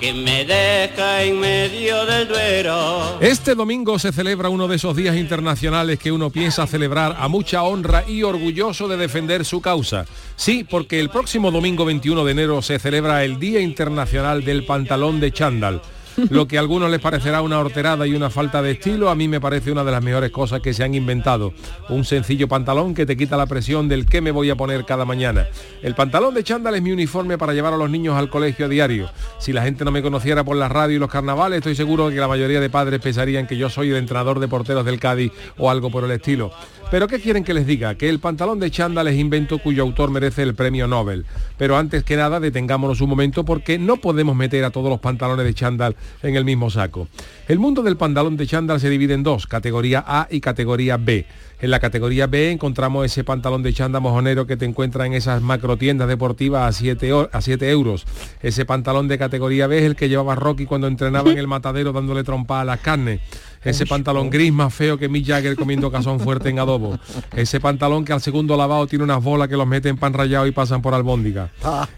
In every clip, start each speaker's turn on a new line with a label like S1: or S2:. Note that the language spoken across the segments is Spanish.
S1: que me deja en medio del duero.
S2: Este domingo se celebra uno de esos días internacionales que uno piensa celebrar a mucha honra y orgulloso de defender su causa. Sí, porque el próximo domingo 21 de enero se celebra el Día Internacional del Pantalón de Chándal. Lo que a algunos les parecerá una horterada y una falta de estilo, a mí me parece una de las mejores cosas que se han inventado. Un sencillo pantalón que te quita la presión del que me voy a poner cada mañana. El pantalón de chándal es mi uniforme para llevar a los niños al colegio a diario. Si la gente no me conociera por la radio y los carnavales, estoy seguro de que la mayoría de padres pensarían que yo soy el entrenador de porteros del Cádiz o algo por el estilo. Pero ¿qué quieren que les diga? Que el pantalón de chándal es invento cuyo autor merece el premio Nobel. Pero antes que nada, detengámonos un momento porque no podemos meter a todos los pantalones de chándal en el mismo saco. El mundo del pantalón de chándal se divide en dos, categoría A y categoría B. En la categoría B encontramos ese pantalón de chanda mojonero que te encuentra en esas macro tiendas deportivas a 7 a siete euros. Ese pantalón de categoría B es el que llevaba Rocky cuando entrenaba en el matadero dándole trompa a las carnes. Ese pantalón gris más feo que Mick Jagger comiendo cazón fuerte en adobo. Ese pantalón que al segundo lavado tiene unas bolas que los meten pan rallado y pasan por albóndiga.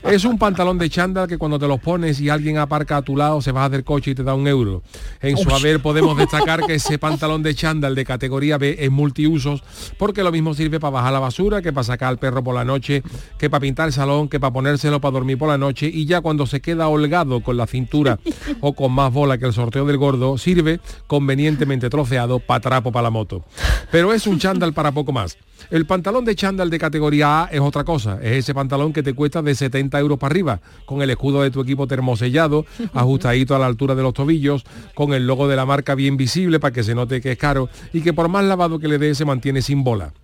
S2: Es un pantalón de chándal que cuando te los pones y alguien aparca a tu lado se baja del coche y te da un euro. En su haber podemos destacar que ese pantalón de chándal de categoría B es multiuso porque lo mismo sirve para bajar la basura, que para sacar al perro por la noche, que para pintar el salón, que para ponérselo para dormir por la noche, y ya cuando se queda holgado con la cintura o con más bola que el sorteo del gordo, sirve convenientemente troceado para trapo para la moto. Pero es un chándal para poco más. El pantalón de chándal de categoría A es otra cosa, es ese pantalón que te cuesta de 70 euros para arriba, con el escudo de tu equipo termosellado, ajustadito a la altura de los tobillos, con el logo de la marca bien visible para que se note que es caro y que por más lavado que le dé se mantiene sin bola.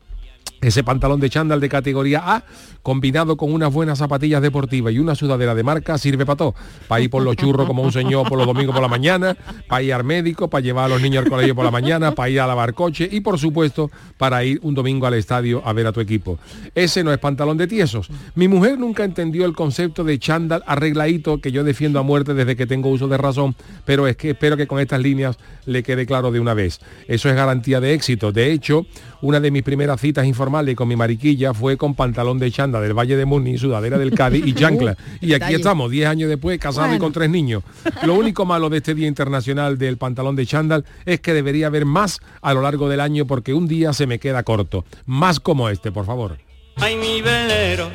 S2: Ese pantalón de chándal de categoría A, combinado con unas buenas zapatillas deportivas y una sudadera de marca, sirve para todo. Para ir por los churros como un señor por los domingos por la mañana, para ir al médico, para llevar a los niños al colegio por la mañana, para ir a lavar coche y, por supuesto, para ir un domingo al estadio a ver a tu equipo. Ese no es pantalón de tiesos. Mi mujer nunca entendió el concepto de chándal arregladito que yo defiendo a muerte desde que tengo uso de razón, pero es que espero que con estas líneas le quede claro de una vez. Eso es garantía de éxito. De hecho, una de mis primeras citas informales con mi mariquilla fue con pantalón de chanda del Valle de Muni, sudadera del Cádiz y chancla. y aquí
S3: Uh, detalle.
S2: estamos, 10 años después, casados y
S3: Bueno.
S2: con tres niños. Lo único malo de este Día Internacional del Pantalón de Chándal es que debería haber más a lo largo del año porque un día se me queda corto. Más como este, por favor.
S1: Ay, mi velero,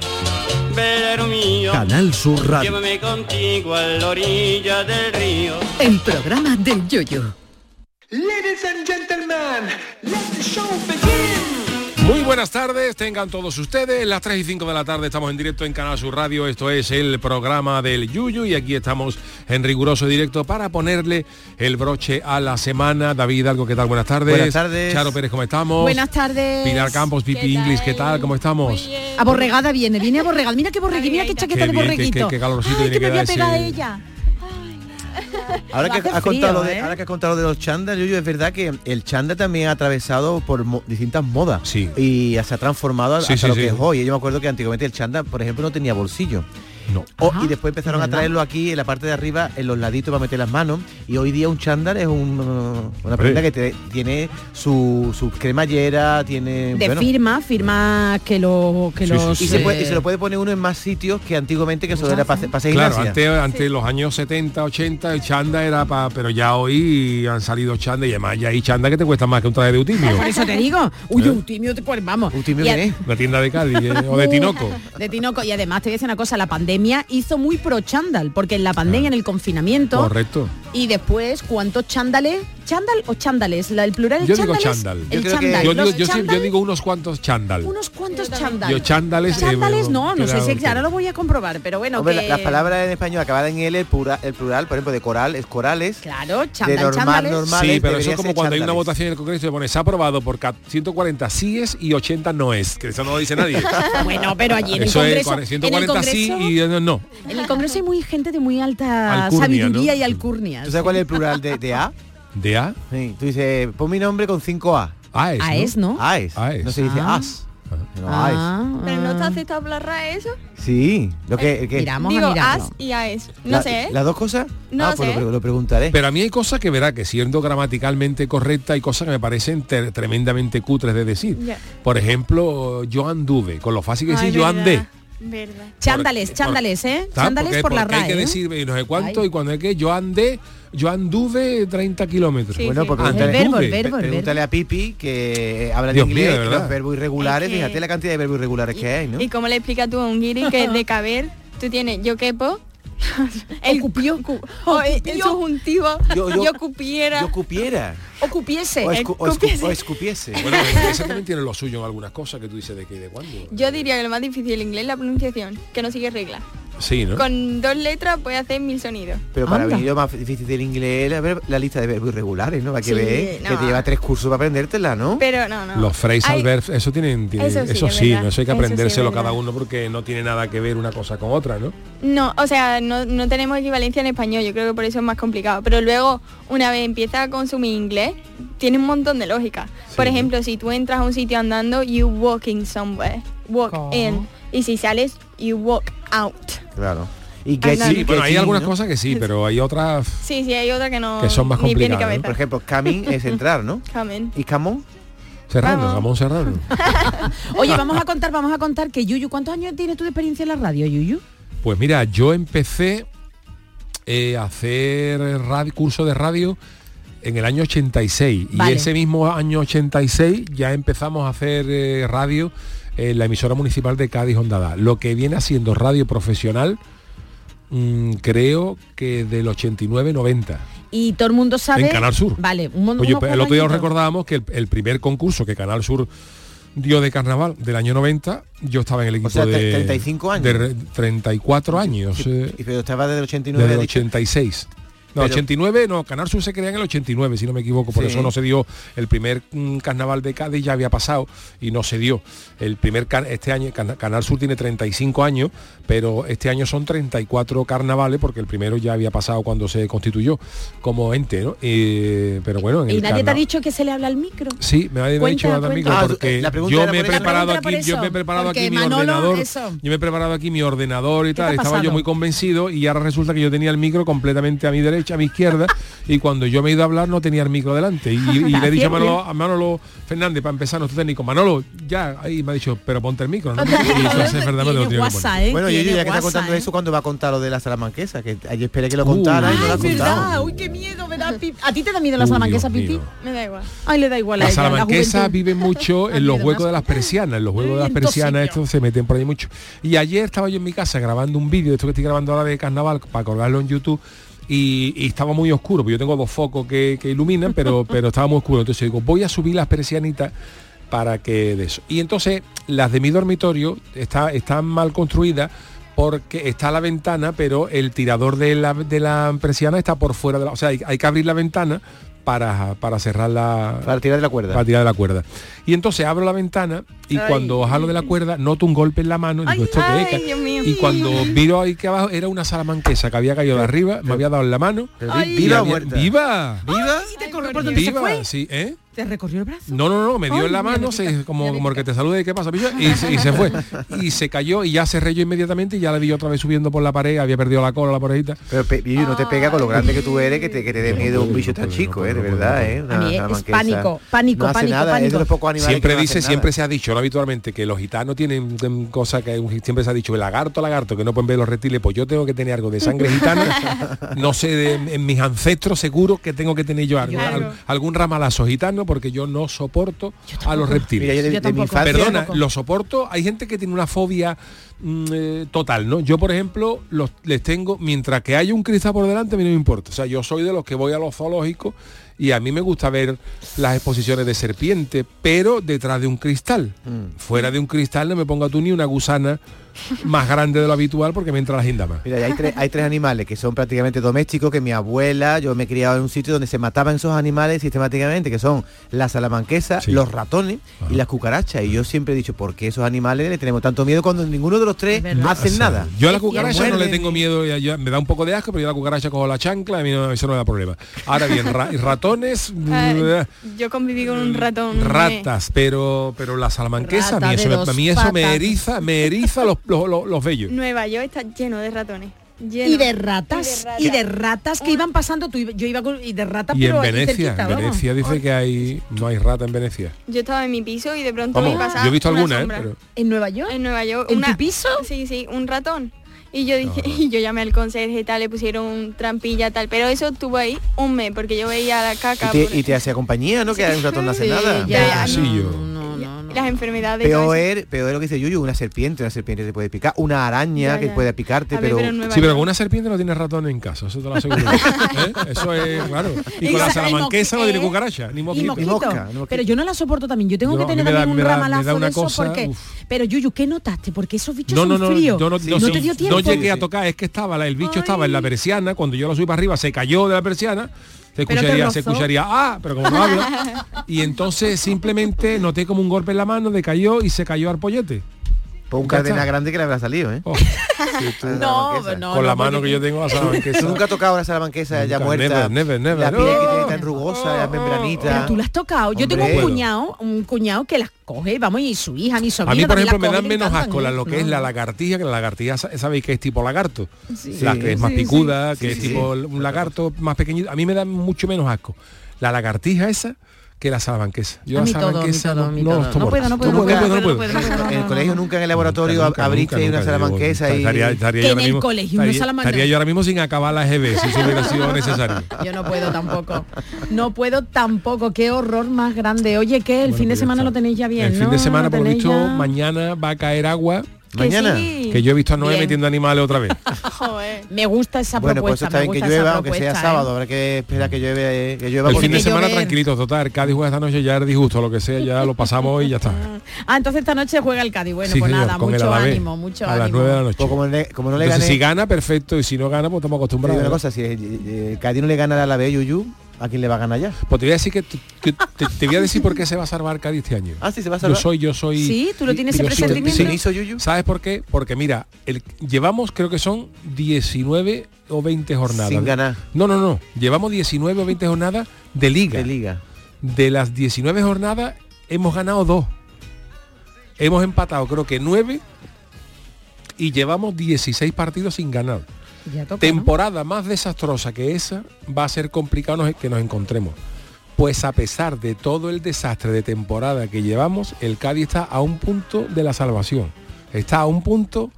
S1: velero mío.
S2: Canal Sur Radio.
S1: Llévame contigo a la orilla del río.
S4: El programa del yoyo.
S5: Ladies and gentlemen, let the show begin.
S2: Muy buenas tardes, tengan todos ustedes. Las 3 y 5 de la tarde estamos en directo en Canal Sur Radio. Esto es el programa del Yuyu y aquí estamos en riguroso directo para ponerle el broche a la semana. David Algo, ¿qué tal? Buenas tardes.
S6: Buenas tardes.
S2: Charo Pérez, ¿cómo estamos?
S6: Buenas tardes.
S2: Pilar Campos, Pipi Inglis, ¿qué tal? ¿Cómo estamos?
S6: Aborregada viene, viene aborregada. Mira qué borreguito, mira qué chaqueta
S2: Qué
S6: de
S2: bien, qué-
S6: borreguito.
S2: qué- qué calorcito
S6: Ay,
S2: tiene
S6: que
S2: que
S6: me voy a
S2: dar
S6: pegar a
S2: ese-
S6: ella.
S7: Ahora que,
S6: Hace
S7: has
S6: frío,
S7: contado lo de,
S6: ¿eh?
S7: ahora que has contado lo de los chándal, Yuyu, es verdad que el chándal también ha atravesado por mo- distintas modas y se ha transformado
S2: Sí, sí,
S7: hasta lo
S2: sí.
S7: que es hoy. Yo me acuerdo que antiguamente el chándal, por ejemplo, no tenía bolsillo.
S2: No.
S7: y después empezaron a
S2: ¿verdad?
S7: traerlo aquí en la parte de arriba, en los laditos para meter las manos. Y hoy día un chándal es un, uh, una prenda que te- tiene su, su cremallera, tiene...
S6: De
S7: bueno,
S6: firma, firma que lo que los
S7: Y, se puede- y
S6: eh,
S7: se lo puede poner uno en más sitios que antiguamente que eso era para pa hacer
S2: Claro,
S7: gimnasia.
S2: antes, antes los años 70, 80, el chanda era para... Pero ya hoy han salido chanda y además ya hay chanda que te cuesta más que un traje de utimio.
S6: por eso te digo, uy,
S2: ¿Eh?
S6: Eutimio, te- pues vamos. Y a-
S2: La tienda de Cádiz eh, o de
S6: Uh,
S2: Tinoco.
S6: De Tinoco. Y además te voy a decir una cosa, la pandemia hizo muy pro chándal, porque en la pandemia, en el confinamiento,
S2: Correcto.
S6: y después cuántos chándales, chándal o chándales, la, el plural
S2: Yo
S6: es
S2: digo
S6: chándales,
S2: chándal.
S6: el chándal,
S2: Yo
S6: los
S2: digo, yo sí- yo
S6: chándal,
S2: digo unos cuantos chándal.
S6: unos cuantos chándal.
S2: Yo chándales, eh,
S6: Chándales no, no sé
S7: queda-
S6: si ahora lo voy a comprobar, pero bueno,
S7: Hombre, la-
S6: que-
S7: las palabras en español acabadas en L, el plural, el plural, por ejemplo, de coral es corales.
S6: Claro,
S7: de normal, normales,
S2: sí, pero eso
S7: debería
S2: es como
S7: ser
S2: cuando hay una
S7: chándales.
S2: votación en el Congreso y pone se ha aprobado por ca- 140 síes y 80 noes, que eso no lo dice nadie.
S6: bueno, pero allí en el
S2: eso es
S6: Congreso,
S2: cuare-
S6: en el
S2: 140 sí
S6: Congreso,
S2: y eh, no, no.
S6: en el Congreso hay muy gente de muy alta
S2: Alcurnia,
S6: sabiduría
S2: ¿no? Mm.
S6: y alcurnia.
S7: ¿Tú sabes cuál es el plural de, de A?
S2: ¿De A?
S7: Sí, tú dices, pon mi nombre con 5 A.
S2: AES,
S6: ¿no? AES, ¿no?
S7: AES. No se dice
S6: Ah.
S7: AS. No, AES.
S8: Pero no Eh. te aceptado hablar a eso.
S7: Sí, lo que... que-
S8: Digo, as y AES. No
S7: La-
S8: sé. ¿eh?
S7: ¿Las dos cosas?
S8: No
S7: Ah, pues
S8: sé.
S7: lo, pre- lo preguntaré.
S2: Pero a mí hay cosas que verá que siendo gramaticalmente correcta hay cosas que me parecen ter- tremendamente cutres de decir.
S8: Ya.
S2: Por ejemplo, yo anduve, con lo fácil que
S6: Ay,
S2: decir yo
S6: verdad.
S2: andé.
S6: Chándales, chándales, ¿eh?
S2: ¿Sabes?
S6: Chándales
S2: Porque-
S6: por la
S2: porque
S6: RAE.
S2: Hay que
S6: ¿eh?
S2: decir eh, no sé cuánto y cuando es que yo andé, yo anduve 30 kilómetros.
S7: bueno, pues
S2: Anduve.
S7: pregúntale, pre- pregúntale a Pipi que eh, habla en
S2: Dios mío,
S7: inglés,
S2: de
S7: que
S2: verdad.
S7: los verbos irregulares,
S8: Es que-
S7: fíjate la cantidad de verbos irregulares que hay, ¿no?
S8: ¿Y cómo le explicas tú a un guiri que de caber tú tienes yo quepo? El cupió, el subjuntivo,
S7: Yo-
S8: yo,
S7: yo-
S8: cupiera,
S7: Yo cupiera.
S6: Ocupiese.
S7: O,
S8: el
S7: escu- o escu-
S8: cupiese.
S7: o escupiese.
S2: Bueno, en inglés también tiene lo suyo en algunas cosas que tú dices de qué y de cuándo.
S8: Yo diría que lo más difícil del inglés es la pronunciación, que no sigue regla.
S2: Sí, ¿no?
S8: Con dos letras puedes hacer mil sonidos.
S7: Pero para mí lo más difícil del inglés es la, ver- la lista de verbos irregulares, ¿no? Hay que
S8: Sí,
S7: ver que
S8: no.
S7: te lleva tres cursos para aprendértela, ¿no?
S8: Pero no, no.
S2: Los phrasal
S8: Hay-
S2: verbs, eso tienen, tienen-
S8: Eso
S2: eso
S8: sí,
S2: sí,
S8: es verdad.
S2: ¿no? eso hay que
S8: Eso sí es
S2: aprendérselo
S8: verdad.
S2: cada uno porque no tiene nada que ver una cosa con otra, ¿no?
S8: No, o sea, no, no tenemos equivalencia en español, yo creo que por eso es más complicado. Pero luego, una vez empiezas a consumir inglés, tiene un montón de lógica. por ejemplo, si tú entras a un sitio andando, you walking somewhere, walk in. Y si sales, you walk out.
S7: Claro. Y
S8: Ah, no,
S2: sí,
S8: no.
S2: bueno, hay
S8: Getting,
S2: algunas
S8: ¿no?
S2: cosas que sí, pero hay otras
S8: Sí, sí, hay otra que no...
S2: que son más
S8: ni pie ni
S2: complicadas. ¿eh? ¿no?
S8: cabeza.
S7: ejemplo, coming es entrar, ¿no?
S8: Amén.
S7: ¿Y camón?
S2: Serrano, Ramón Serrano.
S6: Oye, vamos a contar, vamos a contar que Yuyu, ¿cuántos años tienes tú de experiencia en la radio, Yuyu?
S2: Pues mira, yo empecé eh, a hacer radio- curso de radio en el año 86
S6: Vale.
S2: y ese mismo año 86 ya empezamos a hacer eh, radio en la emisora municipal de Cádiz Hondada. Lo que viene haciendo radio profesional mm, creo que del 89-90.
S6: Y todo el mundo sabe.
S2: En Canal Sur.
S6: Vale, un mon-
S2: Oye,
S6: unos
S2: pues, el otro día os
S6: cuantos añitos.
S2: recordábamos que el, el primer concurso que Canal Sur dio de carnaval del año 90, yo estaba en el equipo
S7: sea,
S2: de
S7: 35 años.
S2: de re- 34 años. eh,
S7: Y pero estaba desde el 89
S2: desde el
S7: ha dicho.
S2: 86. No,
S7: Pero-
S2: 89, no, Canal Sur se crea en el 89, si no me equivoco, por
S7: Sí.
S2: eso no se dio el primer mm, carnaval de Cádiz, ya había pasado y no se dio. El primer can- este año Can- Canal Sur tiene 35 años, pero este año son 34 carnavales porque el primero ya había pasado cuando se constituyó como ente, ¿no? Eh, pero bueno, en
S6: Y
S2: el
S6: nadie te ha
S2: carna-
S6: dicho que se le habla al micro.
S2: Sí, me habéis
S6: Cuenta,
S2: dicho ahora
S6: cuenta.
S2: mismo,
S6: Ah,
S2: porque
S6: la pregunta
S2: yo
S6: era
S2: me he
S6: por eso.
S2: preparado
S6: La pregunta
S2: aquí,
S6: era por
S2: yo me he
S6: eso,
S2: preparado
S6: porque
S2: aquí mi
S6: Manolo,
S2: ordenador,
S6: eso.
S2: yo me he preparado aquí mi ordenador y
S6: ha
S2: tal, estaba
S6: pasado?
S2: yo muy convencido y ahora resulta que yo tenía el micro completamente a mi derecha derecha, a mi izquierda, y cuando yo me he ido a hablar no tenía el micro delante. Y, y le he dicho a Manolo, a Manolo Fernández, para empezar nuestro técnico, Manolo, ya, ahí me ha dicho, pero ponte el micro. ¿no? Y entonces, es verdad, me lo
S7: Tiene ¿eh?
S2: tengo que
S7: guasa,
S2: poner.
S7: Bueno, y ella ya que está contando eso, ¿cuándo va a contar lo de la salamanquesa? Que ayer esperé
S2: Uh,
S7: que lo
S2: Ah,
S7: contara y no lo ha
S6: es verdad,
S7: contado.
S6: uy, qué miedo, me da pi- ¿A ti te da miedo la
S2: Uy,
S6: salamanquesa,
S2: Dios
S6: Piti?
S2: mío.
S6: Me da igual. Ay, le da igual a
S2: La
S6: ella, la
S2: salamanquesa
S6: juventud.
S2: vive mucho en los huecos de las persianas, en los huecos de las
S6: en todo
S2: persianas,
S6: sitio.
S2: estos se meten por ahí mucho. Y ayer estaba yo en mi casa grabando un vídeo, esto que estoy grabando ahora de carnaval, para colgarlo en YouTube, y, y estaba muy oscuro, porque yo tengo dos focos que, que iluminan, pero, pero estaba muy oscuro. Entonces digo, voy a subir las persianitas para que de eso. Y entonces las de mi dormitorio está, están mal construidas porque está la ventana, pero el tirador de la, de la persiana está por fuera de la. O sea, hay, hay que abrir la ventana para, para cerrar la. Para
S7: tirar de la cuerda.
S2: Para tirar de la cuerda. Y entonces abro la ventana y
S8: Ay.
S2: cuando jalo de la cuerda noto un golpe en la mano y digo, ¿esto qué es?
S8: ay, Dios mío.
S2: Y cuando viro ahí que abajo era una salamanquesa que había caído de arriba, me había dado en la mano.
S7: vi-
S2: y
S7: ¿viva o
S2: había-
S7: muerta?
S2: ¡Viva!
S8: Ah,
S7: ¿Viva?
S6: ¿Y te corrió por donde se
S2: ¡Viva!
S6: fue?
S2: Sí, ¿eh?
S6: ¿Te recorrió el brazo?
S2: No, no, no, me dio
S6: Ay,
S2: en la
S6: mi
S2: mano,
S6: amiguita,
S2: se- como, como el que te saluda y qué pasa, pillo, y, se- y se fue. Y se cayó y ya cerré yo inmediatamente y ya la vi otra vez subiendo por la pared, había perdido la cola, la porejita.
S7: Pero pe- y no te pega con lo grande que tú eres que te, que te dé miedo un bicho tan chico, ¿eh? De verdad, ¿eh? Una
S6: A mí es
S7: salamanquesa.
S6: pánico, pánico,
S7: no hace
S6: pánico,
S7: nada, es de
S6: pánico.
S7: los pocos animales que
S2: Siempre
S7: no
S2: dice,
S7: hacen
S2: siempre se ha dicho, no habitualmente, que los gitanos tienen em, cosa que un- siempre se ha dicho, el lagarto, lagarto, que no pueden ver los reptiles, pues yo tengo que tener algo de sangre gitana, no sé, de- en mis ancestros seguro que tengo que tener yo algo,
S7: Claro.
S2: al- algún ramalazo gitano, porque yo no soporto a los reptiles.
S7: Mira, yo de- Yo de mi tampoco. infancia-
S2: Perdona,
S7: tampoco.
S2: lo soporto, hay gente que tiene una fobia mm, eh, total, ¿no? Yo, por ejemplo, los, les tengo, mientras que hay un cristal por delante, a mí no me importa. O sea, yo soy de los que voy a los zoológicos y a mí me gusta ver las exposiciones de serpiente, pero detrás de un cristal. Fuera de un cristal no me ponga tú ni una gusana más grande de lo habitual porque me entra la jíndama.
S7: Mira, y hay tres, hay tres animales que son prácticamente domésticos, que mi abuela, yo me he criado en un sitio donde se mataban esos animales sistemáticamente, que son la salamanquesa, los ratones y las cucarachas. Y yo siempre he dicho, ¿por qué esos animales le tenemos tanto miedo cuando ninguno de los tres no hacen
S2: O sea,
S7: nada?
S2: Yo a la
S7: Ni
S2: cucaracha no le
S7: muerden,
S2: tengo miedo, ya- ya me da un poco de asco, pero yo a la cucaracha cojo la chancla, a mí no, eso no me da problema. Ahora bien, ra- ratones, mm,
S8: Ah, yo conviví con un ratón. eh,
S2: ratas, pero pero la salamanquesa,
S8: Rata
S2: a mí eso,
S8: de
S2: me,
S8: dos
S2: a mí eso me
S8: patas.
S2: eriza, me eriza los, los, los- los vellos.
S6: Mm,
S8: Nueva York está lleno de ratones.
S6: Y de ratas, y de ratas que iban pasando, tú iba- yo iba con, y de ratas,
S2: Y
S6: pero
S2: en
S6: aquí
S2: Venecia,
S6: cerquita,
S2: en
S6: vamos.
S2: Venecia dice que hay no hay rata en Venecia.
S8: Yo estaba en mi piso y de pronto
S2: Vamos,
S8: me pasaba
S2: yo he visto
S8: una
S2: alguna, ¿eh?
S8: sombra.
S2: Pero-
S6: ¿En Nueva York?
S8: En Nueva York.
S6: ¿En
S8: una,
S6: tu piso?
S8: Sí, sí, un ratón. Y yo dije, y yo llamé al conserje y tal, le pusieron un trampilla tal, pero eso estuvo ahí un mes porque yo veía la caca,
S7: Y
S8: por-
S7: te, y te hacía compañía, ¿no? Que un ratón no hace
S8: Sí,
S7: nada.
S8: ya, Sí, las enfermedades.
S7: Peor, peor es lo que dice Yuyu, una serpiente, una serpiente te puede picar, una araña
S8: Ya,
S7: que
S8: ya.
S7: puede picarte,
S8: A ver,
S7: pero...
S8: pero en Nueva
S2: Sí, pero con una serpiente no tiene ratón en casa, eso te lo aseguro. ¿Eh? Eso es claro. Y con
S6: Y
S2: la
S6: sa-
S2: salamanquesa no
S6: y
S2: tiene
S6: mosqui-
S2: cucaracha, ni
S6: ¿eh? Y
S2: mosquito.
S6: mosquito. Pero yo no la soporto también. Yo tengo
S2: Yo-
S6: que
S2: a
S6: tener
S2: mí me da-
S6: también un
S2: me da- me
S6: ramalazo
S2: da una
S6: de eso
S2: cosa,
S6: porque.
S2: uf.
S6: Pero Yuyu, ¿qué notaste? Porque esos bichos
S2: No, no,
S6: son
S2: no,
S6: fríos.
S2: yo no, no-
S6: te dio tiempo.
S2: no llegué a tocar, es que estaba, la- el bicho estaba en la persiana, cuando yo lo subí para arriba, se cayó de la persiana,
S6: Pero
S2: se
S6: te
S2: escucharía, se
S6: rozó.
S2: escucharía, ah, pero como no habla. Y entonces simplemente noté como un golpe en la mano, decayó y se cayó al pollete. Oh.
S7: Por un cadena grande que le habrá salido, ¿eh?
S6: No, no,
S2: Con la
S6: no,
S2: mano que yo tengo a salamanquesa.
S7: Tú nunca has tocado una salamanquesa ya
S2: Nunca,
S7: muerta.
S2: never, never, never,
S7: La piel que
S2: no.
S7: tiene tan rugosa, la membranita.
S6: Oh. Pero tú las has tocado. Yo tengo un
S2: Hombre.
S6: cuñado, un cuñado que las coge, vamos, y su hija, mi sobrina.
S2: A mí, por
S6: también
S2: ejemplo,
S6: las
S2: me dan
S6: coge y le
S2: menos
S6: encantan,
S2: asco la-
S6: ¿eh?
S2: lo que es la lagartija, que la lagartija sa- sabéis que es tipo lagarto.
S6: Sí.
S2: La
S6: Sí.
S2: que es más
S6: Sí, sí.
S2: picuda,
S6: Sí, sí,
S2: que es tipo
S6: sí.
S2: un lagarto más pequeñito. A mí me dan mucho menos asco. La lagartija esa que la salamanquesa. Yo
S7: A
S2: la
S7: mí todo, a mí
S2: salamanquesa
S7: todo, a
S2: no,
S7: mí
S2: no
S7: todo.
S2: los tomo.
S7: No puedo, no puedo, no puedo, no puedo, no puedo, En el no, no, colegio no. nunca en el laboratorio
S2: Nunca,
S7: abriste
S2: nunca,
S7: una
S2: nunca,
S7: salamanquesa
S2: digo,
S7: y-
S2: estaría- estaría
S6: Que
S2: yo
S6: en
S2: ahora
S6: el
S2: mismo-
S6: colegio una
S2: estaría-
S6: salamanca-
S2: Estaría yo ahora mismo sin acabar la EGB, si eso hubiera sido necesario.
S6: Yo no puedo tampoco. No puedo tampoco. Qué horror más grande. Oye, que el fin de semana lo tenéis ya bien,
S2: pues El
S6: ¿no?
S2: fin de semana,
S6: Lo
S2: por lo
S6: tenéis
S2: visto,
S6: ya-
S2: mañana va a caer agua.
S6: Que Mañana. sí.
S2: Que yo he visto a Noé
S6: Bien.
S2: metiendo animales otra vez.
S6: Me gusta esa
S7: Bueno, pues
S6: propuesta.
S7: está
S6: me
S7: bien que
S6: gusta esa
S7: llueva, aunque sea
S6: propuesta, ¿eh?
S7: sábado, habrá que esperar que llueva, eh, que llueva
S2: el
S7: porque-
S2: fin de semana tranquilitos, total. Cádiz juega esta noche, ya es disgusto, lo que sea, ya lo pasamos y ya está.
S6: Ah, entonces esta noche juega el Cádiz. Bueno,
S2: Sí,
S6: pues
S2: señor,
S6: nada,
S2: con el
S6: mucho
S2: Alavés,
S6: ánimo, mucho
S2: A las
S6: ánimo.
S2: 9 de la noche.
S7: Pues como no le
S2: Entonces,
S7: gané-
S2: si gana, perfecto. Y si no gana, pues estamos
S7: Te digo
S2: acostumbrados.
S7: una cosa, si eh, eh, Cádiz no le gana a la B Yuyu, ¿a quién le va a ganar ya?
S2: Pues te voy a decir que, que te, te voy a decir por qué se va a salvar Cádiz este año.
S7: Ah, sí, se va a salvar.
S2: Yo soy, yo soy.
S6: Sí, tú lo tienes
S2: yo
S6: en
S2: soy-
S6: presentimiento.
S2: sí.
S6: Permiso,
S2: ¿Sabes por qué? Porque mira, el, llevamos creo que son 19 o 20 jornadas.
S7: Sin ganar.
S2: No, no, no. Llevamos 19 o 20 jornadas de liga. De
S7: liga.
S2: De las 19 jornadas hemos ganado dos. Hemos empatado creo que nueve y llevamos 16 partidos sin ganar.
S6: Ya toca, ¿no?
S2: temporada más desastrosa que esa va a ser complicado nos- que nos encontremos. Pues a pesar de todo el desastre de temporada que llevamos, el Cádiz está a un punto de la salvación. Está a un punto